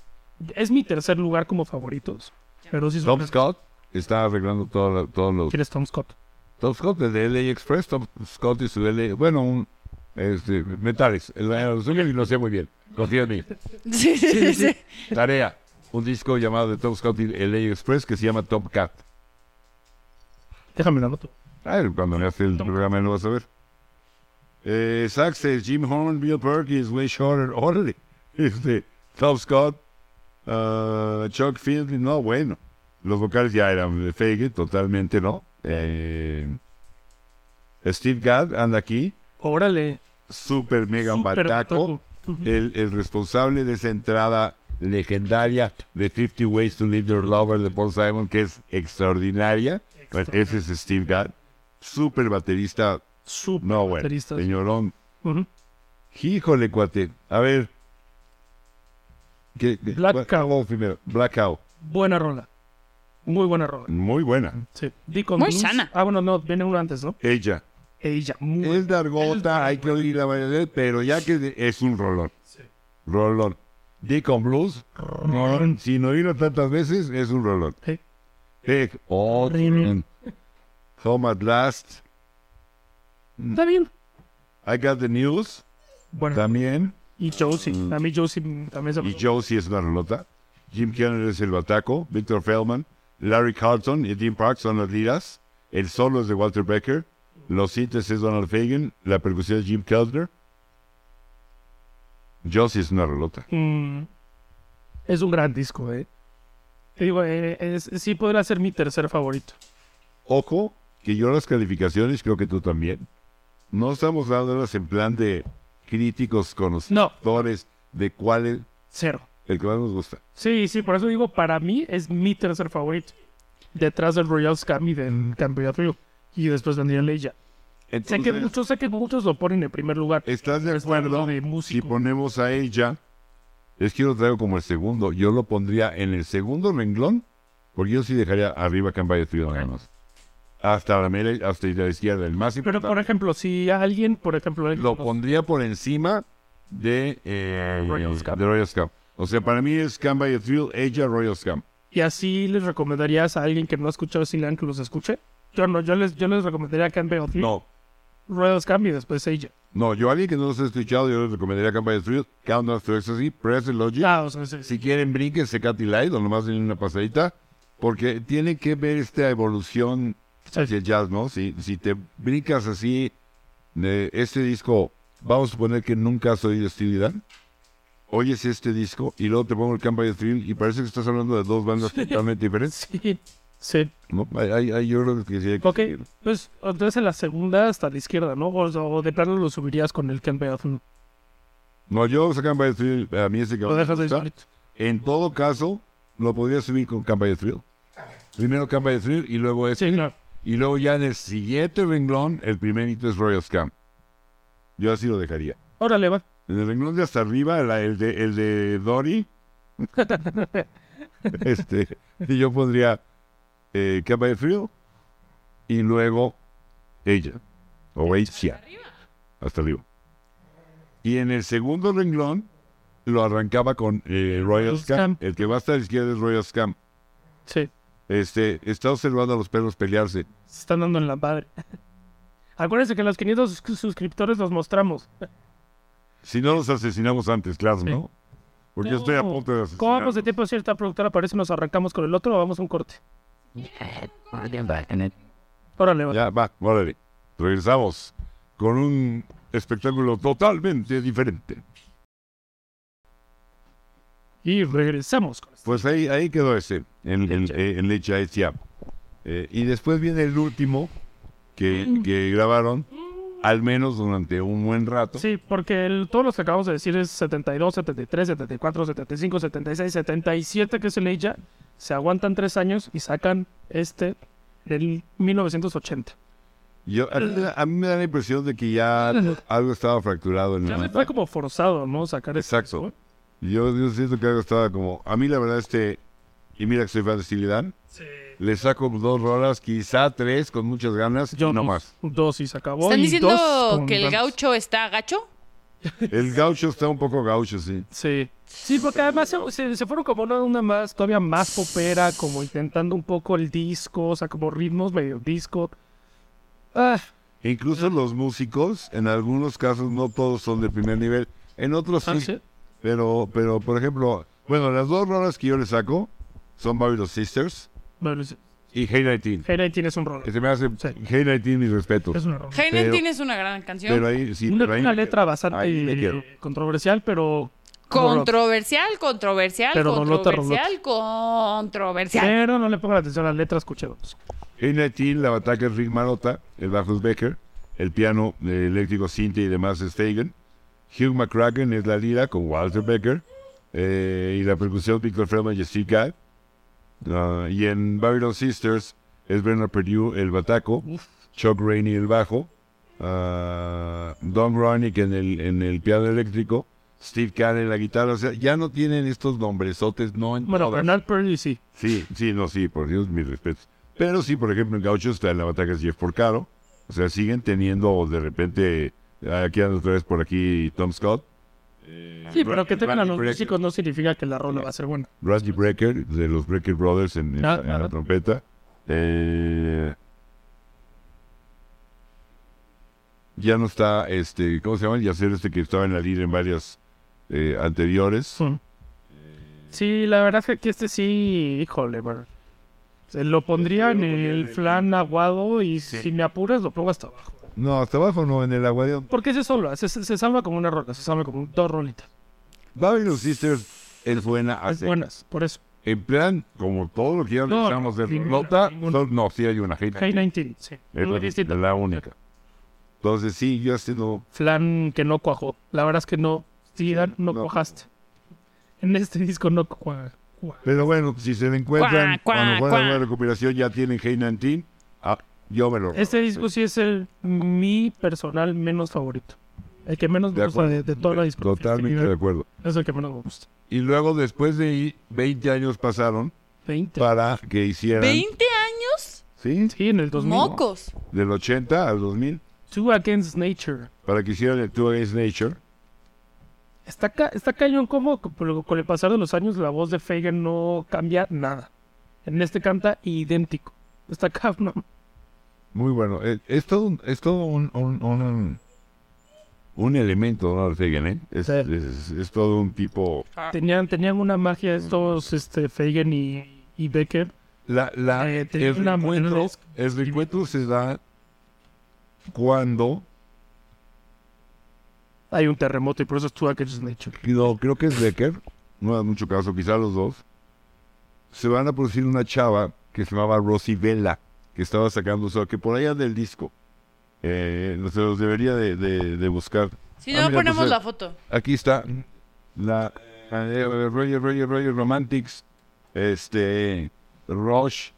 [SPEAKER 3] Es mi tercer lugar como favoritos. Pero sí es un
[SPEAKER 1] Tom
[SPEAKER 3] gran-
[SPEAKER 1] Scott está arreglando todo lo- todos los.
[SPEAKER 3] ¿Quién es Tom Scott?
[SPEAKER 1] Tom Scott, el de LA Express, Tom Scott y su LA. Bueno, un. Este, metales. El, el suyo y lo sé muy bien. Confía en mí.
[SPEAKER 2] Sí, sí, sí.
[SPEAKER 1] Tarea. Un disco llamado de Tom Scott y LA Express que se llama Top Cat.
[SPEAKER 3] Déjame la nota.
[SPEAKER 1] Ah, cuando me hace el
[SPEAKER 3] Tom-
[SPEAKER 1] programa lo vas a ver. Eh, sax, eh, Jim Horn, Bill Perkins, Way Shorter, órale. Este, Tom Scott, ah, Chuck Fielding, no, bueno. Los vocales ya eran de Fagin, totalmente, ¿no? Eh, Steve Gadd anda aquí,
[SPEAKER 3] Órale.
[SPEAKER 1] super mega
[SPEAKER 3] Súper
[SPEAKER 1] bataco,
[SPEAKER 3] bataco. Ujú.
[SPEAKER 1] el, el responsable de esa entrada legendaria de 50 Ways to Leave Your Lover de Paul Simon, que es extraordinaria. Bueno, ese es Steve Gadd, super baterista
[SPEAKER 3] Súper
[SPEAKER 1] no, bueno.
[SPEAKER 3] bateristas.
[SPEAKER 1] Señorón.
[SPEAKER 3] Ujú.
[SPEAKER 1] Híjole, cuate. A ver. ¿Qué, qué-
[SPEAKER 3] Black
[SPEAKER 1] cuál-
[SPEAKER 3] Cow.
[SPEAKER 1] cuál primero? Black Cow.
[SPEAKER 3] Buena rola. Muy buena rola.
[SPEAKER 1] Muy buena.
[SPEAKER 3] Sí. Deacon
[SPEAKER 2] Muy
[SPEAKER 3] Blues.
[SPEAKER 2] sana.
[SPEAKER 3] Ah, bueno, no, viene uno antes, ¿no?
[SPEAKER 1] Ella.
[SPEAKER 3] Ella, muy.
[SPEAKER 1] Es largota, hay que oír la variedad, pero ya que de- es un rolón. Rolón. Deacon Blues. Rolón. Sin oírlo tantas veces, es un rolón.
[SPEAKER 3] Sí.
[SPEAKER 1] Heck, oh,
[SPEAKER 3] Horrible.
[SPEAKER 1] Home at Last. mm.
[SPEAKER 3] Está bien.
[SPEAKER 1] I Got the News.
[SPEAKER 3] Bueno,
[SPEAKER 1] También.
[SPEAKER 3] y Josie. A mí Josie también se
[SPEAKER 1] mm. Y Josie es una relota. Jim Keenan es el bataco. Victor Feldman, Larry Carlton y Jim Park son las liras. El solo es de Walter Becker. Los sintes es Donald Fagan. La percusión es Jim Keltner. Josie es una relota.
[SPEAKER 3] Mm, es un gran disco, eh. Te digo, eh, es- sí podrá ser mi tercer favorito.
[SPEAKER 1] Ojo, que yo las calificaciones, creo que tú también, no estamos dándolas en plan de críticos conocedores de cuál es
[SPEAKER 3] Cero.
[SPEAKER 1] el que más nos gusta.
[SPEAKER 3] Sí, sí, por eso digo, para mí es mi tercer favorito. Detrás del Royal Scammy
[SPEAKER 1] Mm.
[SPEAKER 3] del Campeonato Río. Y después vendría Leia. Sé que,
[SPEAKER 1] Entonces,
[SPEAKER 3] muchos, sé que muchos lo ponen en primer lugar.
[SPEAKER 1] ¿estás de
[SPEAKER 3] Estamos hablando
[SPEAKER 1] acuerdo?
[SPEAKER 3] de
[SPEAKER 1] Si
[SPEAKER 3] músico.
[SPEAKER 1] ponemos a ella, es que yo lo traigo como el segundo. Yo lo pondría en el segundo renglón, porque yo sí dejaría arriba Campbell Trio nada más. Hasta la, mera- hasta la izquierda, el más
[SPEAKER 3] Pero, por
[SPEAKER 1] importante.
[SPEAKER 3] ejemplo, si alguien, por ejemplo, alguien
[SPEAKER 1] Lo
[SPEAKER 3] conoce-
[SPEAKER 1] pondría por encima de, eh,
[SPEAKER 3] Royal Scam.
[SPEAKER 1] de Royal Scam. O sea, para mí es Campbell Thrill, ella Royal Scam.
[SPEAKER 3] y así les recomendarías a alguien que no ha escuchado Silan que los escuche. Yo no, yo les, yo les recomendaría Campeonato Río,
[SPEAKER 1] No,
[SPEAKER 3] Royal Scam y después Leia.
[SPEAKER 1] no, yo a alguien que no los ha escuchado, yo les recomendaría Campbell Thrill, Countdown to Ecstasy, Press the Logic.
[SPEAKER 3] Ya, Ah, o sea, sí, sí.
[SPEAKER 1] Si quieren, brinquense Cathy Light o nomás denle una pasadita, porque tiene que ver esta evolución hacia el jazz, ¿no? Si, si te brincas así, de este disco, vamos a suponer que nunca has oído Steely Dan, oyes este disco y luego te pongo el campo de Thrill y parece que estás hablando de dos bandas totalmente diferentes,
[SPEAKER 3] Sí, sí.
[SPEAKER 1] ¿no? Hay, hay- hay- yo creo que sí hay que-
[SPEAKER 3] Ok, pues entonces en la segunda hasta la izquierda, ¿no? O, o de plano lo subirías con el campeonato.
[SPEAKER 1] No, yo saco Camp by the Thrill, a mí ese que
[SPEAKER 3] Lo dejas de
[SPEAKER 1] me gusta.
[SPEAKER 3] solito.
[SPEAKER 1] En todo caso, lo podría subir con campo de Thrill. Primero campo de Thrill y luego este.
[SPEAKER 3] Sí, claro.
[SPEAKER 1] Y luego ya en el siguiente renglón, el primer hito es Royal Scam. Yo así lo dejaría.
[SPEAKER 3] Órale, va.
[SPEAKER 1] En el renglón de hasta arriba, la- el, de, el de Dory, este, y yo pondría eh, Camp by Thrill y luego ella, o ella, hasta arriba. Y en el segundo renglón lo arrancaba con eh, Royal Scam.
[SPEAKER 3] Scam.
[SPEAKER 1] El que va hasta la izquierda es Royal Scam.
[SPEAKER 3] sí,
[SPEAKER 1] Este, está observando a los perros pelearse.
[SPEAKER 3] se están dando en la madre. Acuérdense que los 500 sus- suscriptores los mostramos.
[SPEAKER 1] Si no los asesinamos antes, claro, ¿no? Porque yo estoy a punto de
[SPEAKER 3] Como vamos de
[SPEAKER 1] asesinar.
[SPEAKER 3] tiempo cierta productora, parece nos arrancamos con el otro o vamos a un corte. Órale, va.
[SPEAKER 1] Ya, va, órale. Regresamos con un espectáculo totalmente diferente.
[SPEAKER 3] Y regresamos con esto.
[SPEAKER 1] Pues ahí, ahí quedó ese, en, en, eh, en Leche a Etiap. Eh, y después viene el último que, que grabaron, al menos durante un buen rato.
[SPEAKER 3] Sí, porque el- todos los que acabamos de decir es 72, 73, 74, 75, 76, 77, que es el ella. Se aguantan tres años y sacan este del 1980.
[SPEAKER 1] Yo, a, mí me da- a mí me da la impresión de que ya algo estaba fracturado en
[SPEAKER 3] Ya
[SPEAKER 1] la
[SPEAKER 3] me fue como forzado, ¿no? Sacar este.
[SPEAKER 1] Exacto. Yo, yo siento que algo estaba como. A mí, la verdad, este. Y mira que soy fan de Steely Dan. Le saco dos rolas, quizá tres, con muchas ganas.
[SPEAKER 3] Yo pues,
[SPEAKER 1] no más.
[SPEAKER 3] Dos y se acabó.
[SPEAKER 2] ¿Están
[SPEAKER 3] y dos
[SPEAKER 2] diciendo
[SPEAKER 3] con
[SPEAKER 2] que el
[SPEAKER 3] Vans.
[SPEAKER 2] gaucho está gacho?
[SPEAKER 1] El gaucho está un poco gaucho, sí.
[SPEAKER 3] Sí. Sí, porque además se- se, se fueron como una, una más, todavía más popera, como intentando un poco el disco, o sea, como ritmos medio disco. Ah,
[SPEAKER 1] Incluso los músicos, en algunos casos, no todos son de primer nivel. En otros sí.
[SPEAKER 3] Ah, sí.
[SPEAKER 1] Pero, pero por ejemplo, bueno, las dos rolas que yo le saco son Babylon Sisters
[SPEAKER 3] Bueno, sí.
[SPEAKER 1] y Hey 19.
[SPEAKER 3] Hey, tienes un rol.
[SPEAKER 1] Que se me hace.
[SPEAKER 3] Sí.
[SPEAKER 1] Hey 19, mis respetos.
[SPEAKER 3] Es un error.
[SPEAKER 2] Heinen
[SPEAKER 1] Pero-
[SPEAKER 2] tienes una gran canción.
[SPEAKER 1] Pero ahí sí.
[SPEAKER 3] Una,
[SPEAKER 1] pero ahí
[SPEAKER 3] una
[SPEAKER 1] me quedo.
[SPEAKER 3] letra bastante
[SPEAKER 1] Ahí me quedo.
[SPEAKER 3] controversial, pero.
[SPEAKER 2] Controversial, controversial,
[SPEAKER 3] Pero rolota,
[SPEAKER 2] controversial, controversial.
[SPEAKER 3] Pero no le pongan atención a las letras, escuchemos.
[SPEAKER 1] En Haití, la bataca es Rick Marotta, el bajo es Becker, el piano eh, eléctrico Cinti y demás es Fagan, Hugh McCracken es la lira con Walter Becker, eh, y la percusión Victor Feldman y Steve Gadd. Ah, y en Babylon Sisters es Bernard Perdue el bataco, Chuck Rainey el bajo, ah, Don Ronick en el, en el piano eléctrico, Steve Gadd en la guitarra. O sea, ya no tienen estos nombresotes, no en
[SPEAKER 3] Bueno,
[SPEAKER 1] todas.
[SPEAKER 3] Bernard Purdy sí.
[SPEAKER 1] Sí, sí, no, sí, por Dios, mis respetos. Pero sí, por ejemplo, en Gaucho está en la batalla de Jeff Porcaro. O sea, siguen teniendo de repente, ah, aquí ando otra vez por aquí Tom Scott,
[SPEAKER 3] Sí, pero que tengan a
[SPEAKER 1] Randy
[SPEAKER 3] los
[SPEAKER 1] Brecker.
[SPEAKER 3] músicos no significa que la rola va a ser buena.
[SPEAKER 1] Rusty Brecker, de los Brecker Brothers en, en-
[SPEAKER 3] Ah,
[SPEAKER 1] en la
[SPEAKER 3] claro.
[SPEAKER 1] trompeta. Eh, ya no está, este, ¿cómo se llama? El Yacer este que estaba en la lira en varias eh, anteriores.
[SPEAKER 3] Mm. Sí, la verdad es que este sí, híjole, bro. Se Este, lo pondría en el flan aguado y si me apuras lo pongo hasta abajo.
[SPEAKER 1] No, hasta abajo no, en el aguadeo.
[SPEAKER 3] Porque se salva, se, se salva como una rola, se salva como dos rolitas.
[SPEAKER 1] Babylon Sisters es buena. a
[SPEAKER 3] Es
[SPEAKER 1] secas.
[SPEAKER 3] buenas, por eso.
[SPEAKER 1] En plan, como todo lo que ya
[SPEAKER 3] No,
[SPEAKER 1] hablamos de
[SPEAKER 3] ninguna,
[SPEAKER 1] Nota,
[SPEAKER 3] ninguna.
[SPEAKER 1] son- no, sí hay una hate.
[SPEAKER 3] Hey 19, sí.
[SPEAKER 1] Es
[SPEAKER 3] Muy
[SPEAKER 1] la-
[SPEAKER 3] distinto.
[SPEAKER 1] la única. Entonces sí, yo así no.
[SPEAKER 3] Flan que no cuajó. La verdad es que no, sí, Dan, no,
[SPEAKER 1] No.
[SPEAKER 3] cuajaste. En este disco no cuaja. cuaja.
[SPEAKER 1] Pero bueno, si se le encuentran
[SPEAKER 2] Cuá, cuá,
[SPEAKER 1] cuando juegan
[SPEAKER 2] cuá.
[SPEAKER 1] alguna recopilación ya tienen Hey 19, ah, yo me lo
[SPEAKER 3] Este disco sí es el mi personal menos favorito. El que menos me
[SPEAKER 1] De
[SPEAKER 3] gusta de, de toda la discografía.
[SPEAKER 1] Totalmente de acuerdo.
[SPEAKER 3] Es el que menos me gusta.
[SPEAKER 1] Y luego después de ahí, 20 años pasaron
[SPEAKER 3] 20.
[SPEAKER 1] para que hicieran...
[SPEAKER 2] ¿20 años?
[SPEAKER 1] ¿Sí?
[SPEAKER 3] Sí, en el 2000.
[SPEAKER 2] Mocos.
[SPEAKER 1] Del 80 al 2000,
[SPEAKER 3] Two Against Nature.
[SPEAKER 1] para que hicieran el Two Against Nature.
[SPEAKER 3] Está, ca- está cañón como co- pero con el pasar de los años la voz de Fagan no cambia nada. En este canta idéntico. Está cabrón.
[SPEAKER 1] Muy bueno. Eh, Es, todo, un- es todo un, un, un, un elemento, ¿no? Reagan, ¿eh? Es,
[SPEAKER 3] Sí.
[SPEAKER 1] es- es todo un tipo...
[SPEAKER 3] Tenían, tenían una magia estos este, Fagan y, y Becker.
[SPEAKER 1] La, la,
[SPEAKER 3] Eh, tenía
[SPEAKER 1] el,
[SPEAKER 3] una buena
[SPEAKER 1] reencuentro,
[SPEAKER 3] vez-
[SPEAKER 1] el reencuentro se da cuando...
[SPEAKER 3] Hay un terremoto y por eso es Two Against Nature.
[SPEAKER 1] No, creo que es Becker. No da mucho caso, quizá los dos. Se van a producir una chava que se llamaba Rosy Vela, que estaba sacando, o sea, que por allá del disco. Eh, se los debería de, de- de buscar.
[SPEAKER 2] Si
[SPEAKER 1] Ah,
[SPEAKER 2] no,
[SPEAKER 1] mira,
[SPEAKER 2] ponemos
[SPEAKER 1] pues,
[SPEAKER 2] la foto.
[SPEAKER 1] Aquí está la eh, Roger, Roger, Roger Romantics, este, Rush.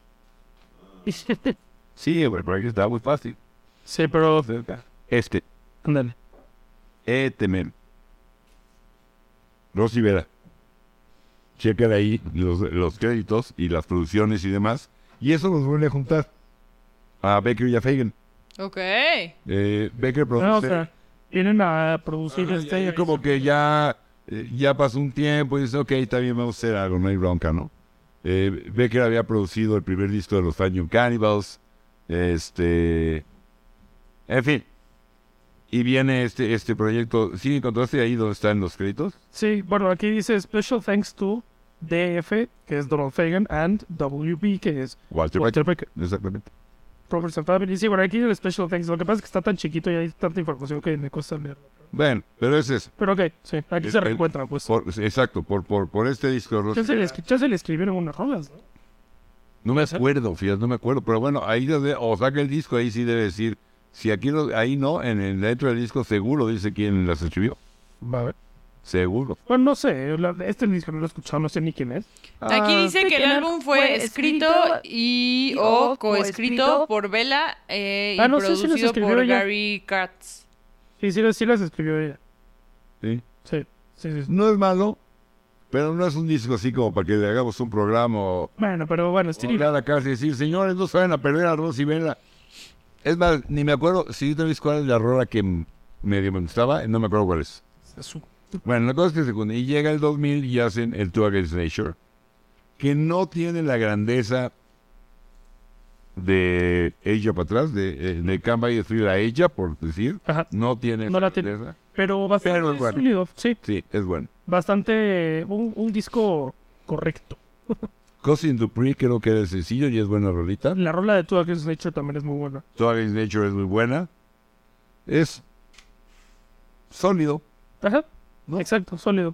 [SPEAKER 1] Sí, güey, pero aquí está muy fácil.
[SPEAKER 3] sí, pero
[SPEAKER 1] Este,
[SPEAKER 3] ándale.
[SPEAKER 1] este, men. Rosy Vera. Chequen ahí los, los créditos y las producciones y demás. Y eso los vuelve a juntar a Becker y a Fagan.
[SPEAKER 2] Ok.
[SPEAKER 1] Eh, Becker produce.
[SPEAKER 3] No, Ah, o sea, vienen a producir este.
[SPEAKER 1] Ah, Ya como que ya, eh, ya pasó un tiempo y dice, ok, está bien, vamos a hacer algo, no hay bronca, ¿no? Eh, Becker había producido el primer disco de los Fanion Cannibals, este... En fin. Y viene este, este proyecto. ¿Sí encontraste ahí donde están los créditos?
[SPEAKER 3] Sí, bueno, aquí dice Special Thanks to DF, que es Donald Fagan, and WB, que es
[SPEAKER 1] Walter,
[SPEAKER 3] Walter Becker.
[SPEAKER 1] Becker, Exactamente.
[SPEAKER 3] Roberts and Family. Sí, bueno, aquí el Special Thanks. Lo que pasa es que está tan chiquito y hay tanta información que me cuesta leerlo.
[SPEAKER 1] Bueno, pero ese es...
[SPEAKER 3] Pero ok, sí, aquí
[SPEAKER 1] El-
[SPEAKER 3] se
[SPEAKER 1] el-
[SPEAKER 3] reencuentran, pues.
[SPEAKER 1] por- exacto, por, por, por este disco. Rosy
[SPEAKER 3] Ya se, le, escri- ya se le escribieron unas rolas, ¿no?
[SPEAKER 1] No me acuerdo, fíjate, no me acuerdo. Pero bueno, ahí donde, o saca el disco, ahí sí debe decir. Si aquí no, ahí no, en el dentro del disco seguro dice quién las escribió. Seguro.
[SPEAKER 3] Bueno, no sé, la- este disco no lo he escuchado, no sé ni quién es.
[SPEAKER 2] Aquí
[SPEAKER 3] Ah.
[SPEAKER 2] dice Ah, que el álbum fue escrito y o coescrito por Vela eh, y
[SPEAKER 3] Ah, no sé si los
[SPEAKER 2] producido por
[SPEAKER 3] escribió ella.
[SPEAKER 2] Gary Katz.
[SPEAKER 3] Sí, sí, las- sí las escribió ella.
[SPEAKER 1] ¿sí?
[SPEAKER 3] Sí, sí, sí, sí.
[SPEAKER 1] No es malo, pero no es un disco así como para que le hagamos un programa o
[SPEAKER 3] Bueno, pero bueno,
[SPEAKER 1] o
[SPEAKER 3] Stevie-
[SPEAKER 1] ir a la casa y decir, señores, no saben a perder a Rosy Vela. Es más, ni me acuerdo, si tú cuál es la rola que m- medio me gustaba, no me acuerdo cuál es.
[SPEAKER 3] su-
[SPEAKER 1] Bueno, la cosa es que se juntan. Y llega el 2000 y hacen el Two Against Nature, que no tiene la grandeza de ella para atrás, de, eh, de Can By the Thrill a ella, por decir.
[SPEAKER 3] Ajá.
[SPEAKER 1] No tiene esa
[SPEAKER 3] No la tiene.
[SPEAKER 1] grandeza.
[SPEAKER 3] Pero bastante
[SPEAKER 1] Pero bueno.
[SPEAKER 3] sólido, sí.
[SPEAKER 1] Sí, es bueno.
[SPEAKER 3] Bastante, un, un disco correcto.
[SPEAKER 1] Cousin Dupree creo que era el sencillo y es buena rolita.
[SPEAKER 3] La rola de Two Against Nature también es muy buena.
[SPEAKER 1] Two Against Nature es muy buena. Es sólido.
[SPEAKER 3] Ajá,
[SPEAKER 1] ¿No?
[SPEAKER 3] exacto, sólido.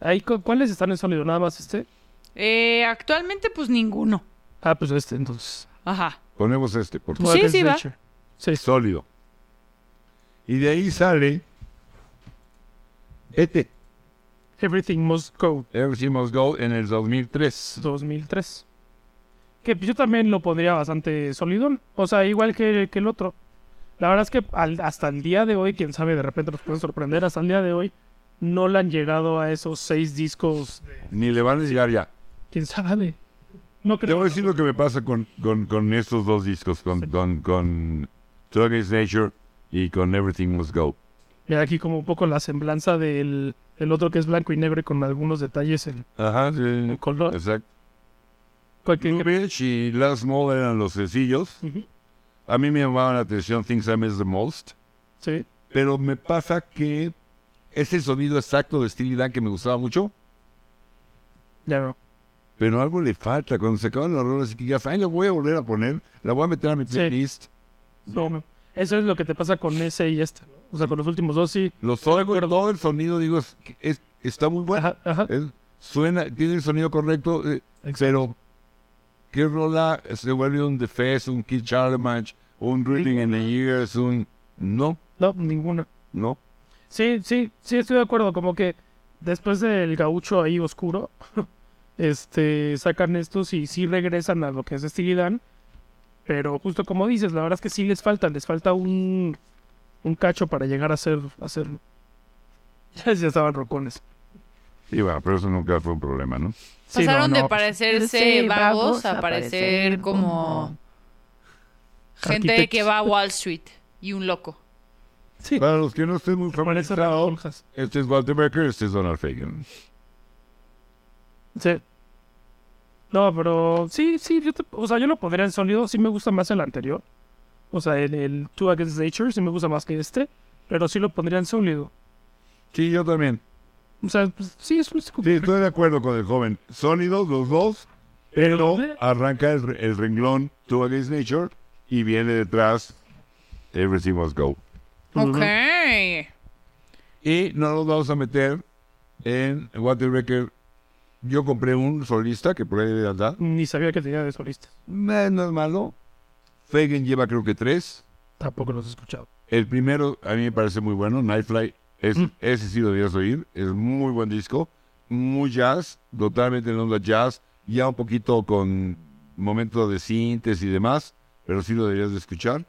[SPEAKER 3] Ahí, cu- ¿Cuáles están en sólido? ¿Nada más este?
[SPEAKER 2] Eh, actualmente, pues ninguno.
[SPEAKER 3] Ah, pues este, entonces.
[SPEAKER 2] Ajá.
[SPEAKER 1] Ponemos este, por favor.
[SPEAKER 2] Sí,
[SPEAKER 3] Against
[SPEAKER 2] sí, va.
[SPEAKER 3] Nature. Sí, sí.
[SPEAKER 1] Sólido. Y de ahí sale este.
[SPEAKER 3] Everything Must Go
[SPEAKER 1] Everything Must Go en el 2003.
[SPEAKER 3] 2003. Que pues, yo también lo pondría bastante sólido. O sea, igual que, que el otro. La verdad es que al- hasta el día de hoy, quién sabe, de repente nos pueden sorprender. Hasta el día de hoy no le han llegado a esos seis discos. de-
[SPEAKER 1] Ni le van a llegar ya.
[SPEAKER 3] quién sabe. No
[SPEAKER 1] Te
[SPEAKER 3] creo.
[SPEAKER 1] voy a decir lo que me pasa con, con, con estos dos discos, con, con, con Two Against Nature y con Everything Must Go.
[SPEAKER 3] Mira aquí como un poco la semblanza del, del otro que es blanco y negro con algunos detalles en
[SPEAKER 1] Ajá, sí.
[SPEAKER 3] el color.
[SPEAKER 1] Exacto.
[SPEAKER 3] Cualquier-
[SPEAKER 1] Blue Beach y Last Mall eran los sencillos.
[SPEAKER 3] Ujú.
[SPEAKER 1] A mí me llamaba la atención Things I Miss the Most,
[SPEAKER 3] Sí.
[SPEAKER 1] pero me pasa que ese sonido exacto de Steely Dan que me gustaba mucho,
[SPEAKER 3] Ya veo.
[SPEAKER 1] pero algo le falta. Cuando se acaban las rolas y que digas, ay, la voy a volver a poner, la voy a meter a mi
[SPEAKER 3] Sí.
[SPEAKER 1] playlist.
[SPEAKER 3] No, no. Eso es lo que te pasa con ese y este. O sea, con los últimos dos, sí.
[SPEAKER 1] Los oigo y todo el sonido, digo, es- es- está muy bueno.
[SPEAKER 3] Ajá, ajá.
[SPEAKER 1] Es- suena, tiene el sonido correcto, eh,
[SPEAKER 3] Exacto.
[SPEAKER 1] pero ¿qué rola se vuelve un The Fest, un Kid Charlemagne, un Reading in the Years, un... No,
[SPEAKER 3] No, ninguna.
[SPEAKER 1] no.
[SPEAKER 3] Sí, sí, sí, estoy de acuerdo. Como que después del gaucho ahí oscuro, este, sacan estos y sí regresan a lo que es Steely Dan. Pero justo como dices, la verdad es que sí les falta, les falta un, un cacho para llegar a ser, a ser... Ya estaban rocones.
[SPEAKER 1] Y bueno, pero eso nunca fue un problema, ¿no?
[SPEAKER 3] Sí, no,
[SPEAKER 2] Pasaron de
[SPEAKER 3] no. pues,
[SPEAKER 2] parecerse
[SPEAKER 4] Sí,
[SPEAKER 2] vagos
[SPEAKER 4] vagos
[SPEAKER 2] a
[SPEAKER 4] a
[SPEAKER 2] parecer
[SPEAKER 4] parecer
[SPEAKER 2] como
[SPEAKER 4] como
[SPEAKER 2] gente que
[SPEAKER 3] arquitectos.
[SPEAKER 2] va a Wall Street y un loco.
[SPEAKER 3] Sí,
[SPEAKER 1] Para los que no estén muy
[SPEAKER 3] como en esas
[SPEAKER 1] familiarizados,
[SPEAKER 3] lonjas.
[SPEAKER 1] este es Walter Becker, este es Donald Fagan.
[SPEAKER 3] Sí. No, pero sí, sí, yo te- o sea, yo lo pondría el sonido, sí me gusta más el anterior. O sea, el, el Two Against Nature sí me gusta más que este, pero sí lo pondría en sólido.
[SPEAKER 1] Sí, yo también.
[SPEAKER 3] O sea, pues, sí, es un
[SPEAKER 1] Sí, estoy de acuerdo con el joven. Sólidos los dos, pero arranca el, re- el renglón Two Against Nature y viene detrás Everything Must Go.
[SPEAKER 3] Pues,
[SPEAKER 2] Ok.
[SPEAKER 1] Y no nos vamos a meter en Walter Becker. Yo compré un solista que por ahí debe andar.
[SPEAKER 3] Ni sabía que tenía de solista.
[SPEAKER 1] Eh, No es malo. Fagan lleva creo que tres.
[SPEAKER 3] Tampoco los he escuchado.
[SPEAKER 1] El primero a mí me parece muy bueno, Nightfly. Es, Ese sí lo deberías oír. Es muy buen disco. Muy jazz. Totalmente en onda jazz. Ya un poquito con momentos de síntesis y demás. Pero sí lo deberías de escuchar.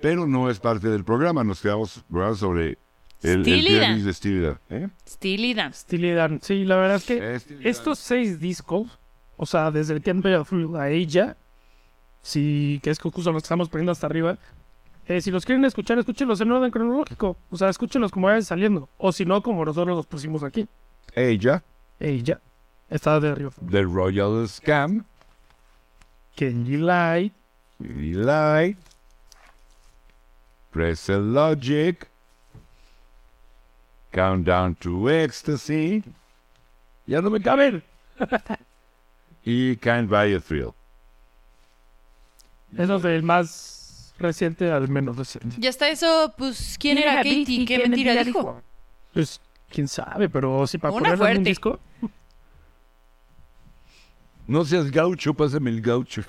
[SPEAKER 1] Pero no es parte del programa. Nos quedamos ¿verdad? sobre el, el
[SPEAKER 2] Steely
[SPEAKER 1] tier
[SPEAKER 2] Dan.
[SPEAKER 1] list de Steely Dan, ¿eh?
[SPEAKER 2] Steely Dan.
[SPEAKER 3] Steely Dan, sí, la verdad es que
[SPEAKER 1] Eh, Steely Dan.
[SPEAKER 3] estos seis discos, o sea, desde el Can't Be a Fool a ella, sí, que es que justo los que estamos poniendo hasta arriba, eh, si los quieren escuchar, escúchenlos en orden cronológico. O sea, escúchenlos como vayan saliendo. O si no, como nosotros los pusimos aquí.
[SPEAKER 1] Ella,
[SPEAKER 3] Ella está de arriba.
[SPEAKER 1] The Royal Scam.
[SPEAKER 3] Kenji Light,
[SPEAKER 1] Light. Press the Logic. Countdown to Ecstasy. Ya no me caben. y Can't Buy a Thrill.
[SPEAKER 3] es los del más reciente al menos reciente.
[SPEAKER 2] Y hasta eso, pues, ¿quién era Katie? ¿Qué mentira dijo?
[SPEAKER 3] Pues, quién sabe, pero si para
[SPEAKER 2] Una
[SPEAKER 3] ponerlo en
[SPEAKER 2] fuerte.
[SPEAKER 3] un disco...
[SPEAKER 1] No seas gaucho, pásame el gaucho.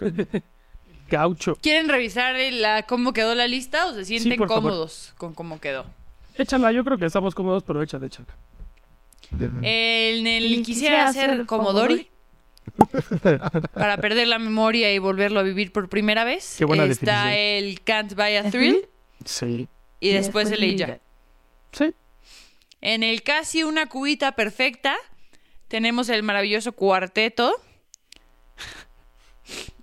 [SPEAKER 3] Gaucho.
[SPEAKER 2] ¿Quieren revisar el- la, cómo quedó la lista o se sienten
[SPEAKER 3] por favor.
[SPEAKER 2] cómodos con cómo quedó?
[SPEAKER 3] Échala, yo creo que estamos cómodos, pero échala, échala.
[SPEAKER 2] Eh. En el
[SPEAKER 4] Y
[SPEAKER 2] quisiera
[SPEAKER 4] quisiera
[SPEAKER 2] hacer
[SPEAKER 4] ser
[SPEAKER 2] Comodori para perder la memoria y volverlo a vivir por primera vez.
[SPEAKER 3] Qué buena
[SPEAKER 2] Está
[SPEAKER 3] definición.
[SPEAKER 2] el Can't Buy a Thrill
[SPEAKER 3] Sí.
[SPEAKER 2] y después el Ella.
[SPEAKER 3] Sí.
[SPEAKER 2] En el casi una cubita perfecta tenemos el maravilloso cuarteto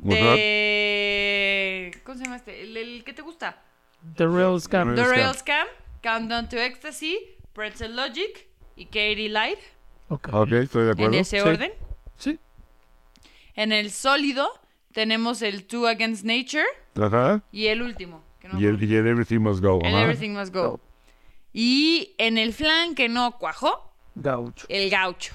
[SPEAKER 2] Eh, de ¿Cómo se llama este? El, el que te gusta.
[SPEAKER 3] The Real Scam.
[SPEAKER 2] The
[SPEAKER 1] Scam.
[SPEAKER 2] Rail Scam, Countdown to Ecstasy, Pretzel Logic y Katie Light
[SPEAKER 3] Ok.
[SPEAKER 1] Ok, estoy de
[SPEAKER 2] en
[SPEAKER 1] acuerdo.
[SPEAKER 2] ese
[SPEAKER 3] Sí.
[SPEAKER 2] orden.
[SPEAKER 3] Sí.
[SPEAKER 2] En el sólido tenemos el Two Against Nature
[SPEAKER 1] Ajá.
[SPEAKER 2] y el último. que no me
[SPEAKER 1] Y el,
[SPEAKER 2] acuerdo.
[SPEAKER 1] y el Everything Must Go.
[SPEAKER 2] El
[SPEAKER 1] ajá.
[SPEAKER 2] Everything Must Go. Y en el flan que no cuajó,
[SPEAKER 3] Gaucho.
[SPEAKER 2] el gaucho.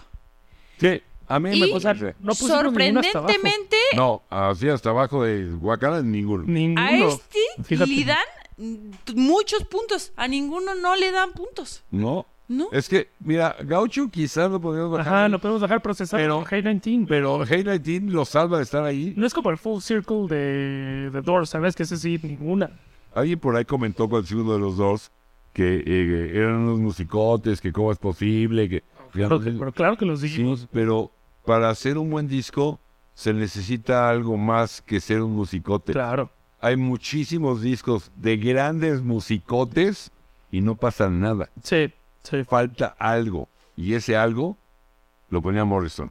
[SPEAKER 1] Sí, a mí
[SPEAKER 2] Y-
[SPEAKER 1] me
[SPEAKER 3] O sea,
[SPEAKER 1] pasa.
[SPEAKER 3] no pusimos ninguno hasta abajo.
[SPEAKER 2] Sorprendentemente,
[SPEAKER 1] No, así hasta abajo de Guacala, ninguno.
[SPEAKER 3] Ninguno.
[SPEAKER 2] a este
[SPEAKER 3] Fíjate.
[SPEAKER 2] le dan mm, t- muchos puntos. A ninguno no le dan puntos.
[SPEAKER 1] No.
[SPEAKER 2] ¿No?
[SPEAKER 1] Es que, mira, Gaucho quizás lo podríamos bajar.
[SPEAKER 3] Ajá, lo podemos dejar procesar.
[SPEAKER 1] Pero-
[SPEAKER 3] Pero K-19.
[SPEAKER 1] Pero Hey Team lo salva de estar ahí.
[SPEAKER 3] No es como el Full Circle de The Doors, ¿sabes? Que ese sí, ninguna.
[SPEAKER 1] Alguien por ahí comentó con el segundo de los dos que eh, eran unos musicotes, que cómo es posible, que...
[SPEAKER 3] Ah, Pero, pero claro que los dijimos.
[SPEAKER 1] Sí, pero para hacer un buen disco se necesita algo más que ser un musicote.
[SPEAKER 3] Claro.
[SPEAKER 1] Hay muchísimos discos de grandes musicotes y no pasa nada.
[SPEAKER 3] Sí, sí,
[SPEAKER 1] Falta algo. Y ese algo lo ponía Morrison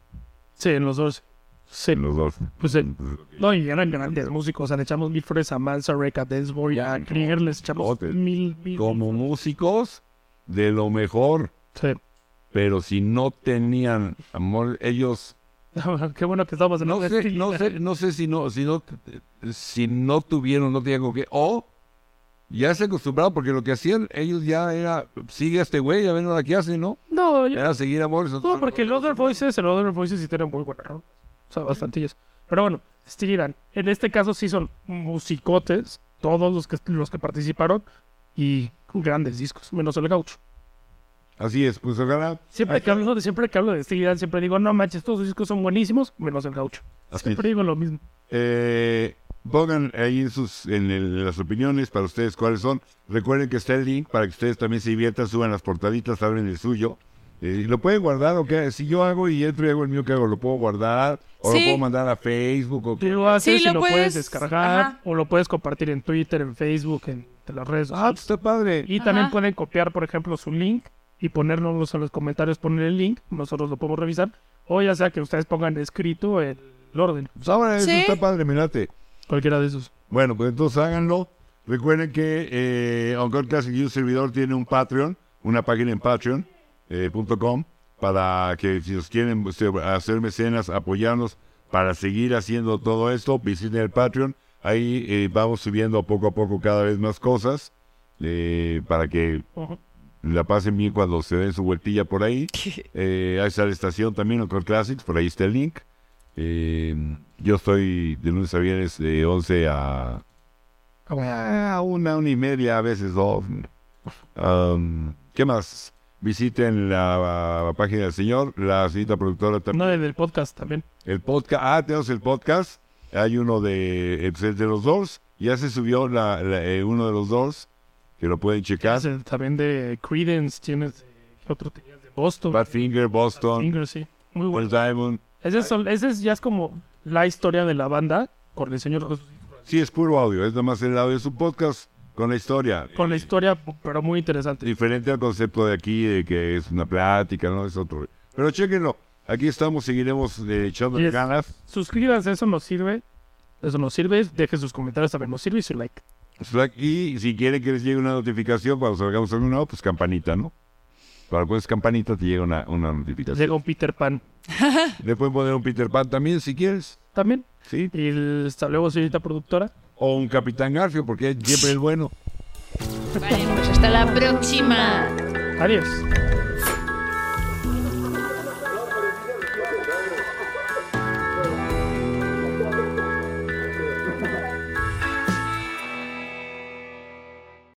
[SPEAKER 3] sí, en los dos. Sí,
[SPEAKER 1] en los dos.
[SPEAKER 3] pues sí. No, y eran grandes músicos. O sea, le echamos mil flores a Mansa, Rick, a Densboy, a Krieger, les echamos
[SPEAKER 1] Joder.
[SPEAKER 3] mil, mil.
[SPEAKER 1] Como músicos, de lo mejor.
[SPEAKER 3] Sí.
[SPEAKER 1] pero si no tenían amor, ellos
[SPEAKER 3] Qué bueno que estamos en
[SPEAKER 1] No
[SPEAKER 3] una
[SPEAKER 1] sé,
[SPEAKER 3] esquina.
[SPEAKER 1] no sé, no sé si no, si no, si no tuvieron, no tenían con qué. O ya se acostumbraron, porque lo que hacían ellos ya era, sigue a este güey, ya ven ahora qué hacen, ¿no?
[SPEAKER 3] No, yo-
[SPEAKER 1] Era seguir a Morrison.
[SPEAKER 3] no, porque el Other Voices, el Other Voices sí tiene muy buena rola. O sea, bastantillas. Pero bueno, Steeran. En este caso sí son musicotes, todos los que, los que participaron, y grandes discos, menos el gaucho.
[SPEAKER 1] Así es, pues ojalá.
[SPEAKER 3] Siempre que hablo, de- siempre que hablo de Steeran, siempre digo, no manches, todos los discos son buenísimos, menos el gaucho.
[SPEAKER 1] Así es.
[SPEAKER 3] Siempre digo lo mismo.
[SPEAKER 1] Eh, pongan ahí en, sus, en, el- en las opiniones para ustedes cuáles son. Recuerden que está el link para que ustedes también se diviertan, suban las portaditas, abren el suyo. Eh, lo pueden guardar, o qué? si yo hago y entro y hago el mío, ¿qué hago? ¿Lo puedo guardar? ¿O
[SPEAKER 2] Sí.
[SPEAKER 1] lo puedo mandar a Facebook? ¿O qué?
[SPEAKER 3] Tú lo haces
[SPEAKER 2] Sí,
[SPEAKER 3] y
[SPEAKER 2] lo
[SPEAKER 3] lo puedes,
[SPEAKER 2] puedes-
[SPEAKER 3] descargar,
[SPEAKER 2] ajá.
[SPEAKER 3] o lo puedes compartir en Twitter, en Facebook, en, en las redes
[SPEAKER 1] Ah,
[SPEAKER 3] sociales.
[SPEAKER 1] pues está padre.
[SPEAKER 3] Y también
[SPEAKER 2] Ajá.
[SPEAKER 3] pueden copiar, por ejemplo, su link y ponernos en los comentarios, poner el link, nosotros lo podemos revisar, o ya sea que ustedes pongan escrito el, el orden,
[SPEAKER 1] Pues ahora eso
[SPEAKER 2] Sí.
[SPEAKER 1] está padre, mirate.
[SPEAKER 3] cualquiera de esos.
[SPEAKER 1] Bueno, pues entonces háganlo. Recuerden que eh, Encore Classic y un servidor tiene un Patreon, una página en patreon.com, para que si nos quieren pues, eh, hacer mecenas, apoyarnos para seguir haciendo todo esto, visiten el Patreon. Ahí eh, vamos subiendo poco a poco cada vez más cosas eh, para que la pasen bien cuando se den su vueltilla por ahí. Eh, ahí está la estación también, Encore Classics, por ahí está el link. Eh, yo estoy de lunes a viernes de 11 a, eh, a una, una y media, a veces dos. Um, ¿Qué más? Visiten la, página del señor, la señorita productora también.
[SPEAKER 3] No, del podcast también.
[SPEAKER 1] El podcast, ah, tenemos el podcast. Hay uno de, es el de los Doors. Ya se subió la, la- eh, uno de los Doors, que lo pueden checar.
[SPEAKER 3] Hace También de Credence, tienes de- ¿qué otro tenías de Boston.
[SPEAKER 1] Badfinger, Boston,
[SPEAKER 3] Fingers, sí. Muy bueno.
[SPEAKER 1] Will Diamond.
[SPEAKER 3] Ese, es, ese es- ya es como la historia de la banda con el señor Jesús.
[SPEAKER 1] Sí, es puro audio, es nada más el audio, es un podcast con la historia.
[SPEAKER 3] Con la historia, pero muy interesante.
[SPEAKER 1] Diferente al concepto de aquí, de que es una plática, ¿no? Es otro. Pero chéquenlo, aquí estamos, seguiremos eh, echando
[SPEAKER 3] Yes.
[SPEAKER 1] ganas.
[SPEAKER 3] Suscríbanse, eso nos sirve. Eso nos sirve. Dejen sus comentarios también, nos sirve y su like.
[SPEAKER 1] Slack, Y si quieren que les llegue una notificación cuando salgamos algún nuevo, pues campanita, ¿no? Para pues campanita te llega una, una notificación.
[SPEAKER 3] Llega un Peter Pan
[SPEAKER 1] Le pueden poner un Peter Pan también si quieres,
[SPEAKER 3] también.
[SPEAKER 1] ¿sí?
[SPEAKER 3] Y el- hasta luego, señorita productora.
[SPEAKER 1] O un Capitán Garfio, porque siempre es bueno.
[SPEAKER 2] Vale, pues hasta la próxima.
[SPEAKER 3] Adiós.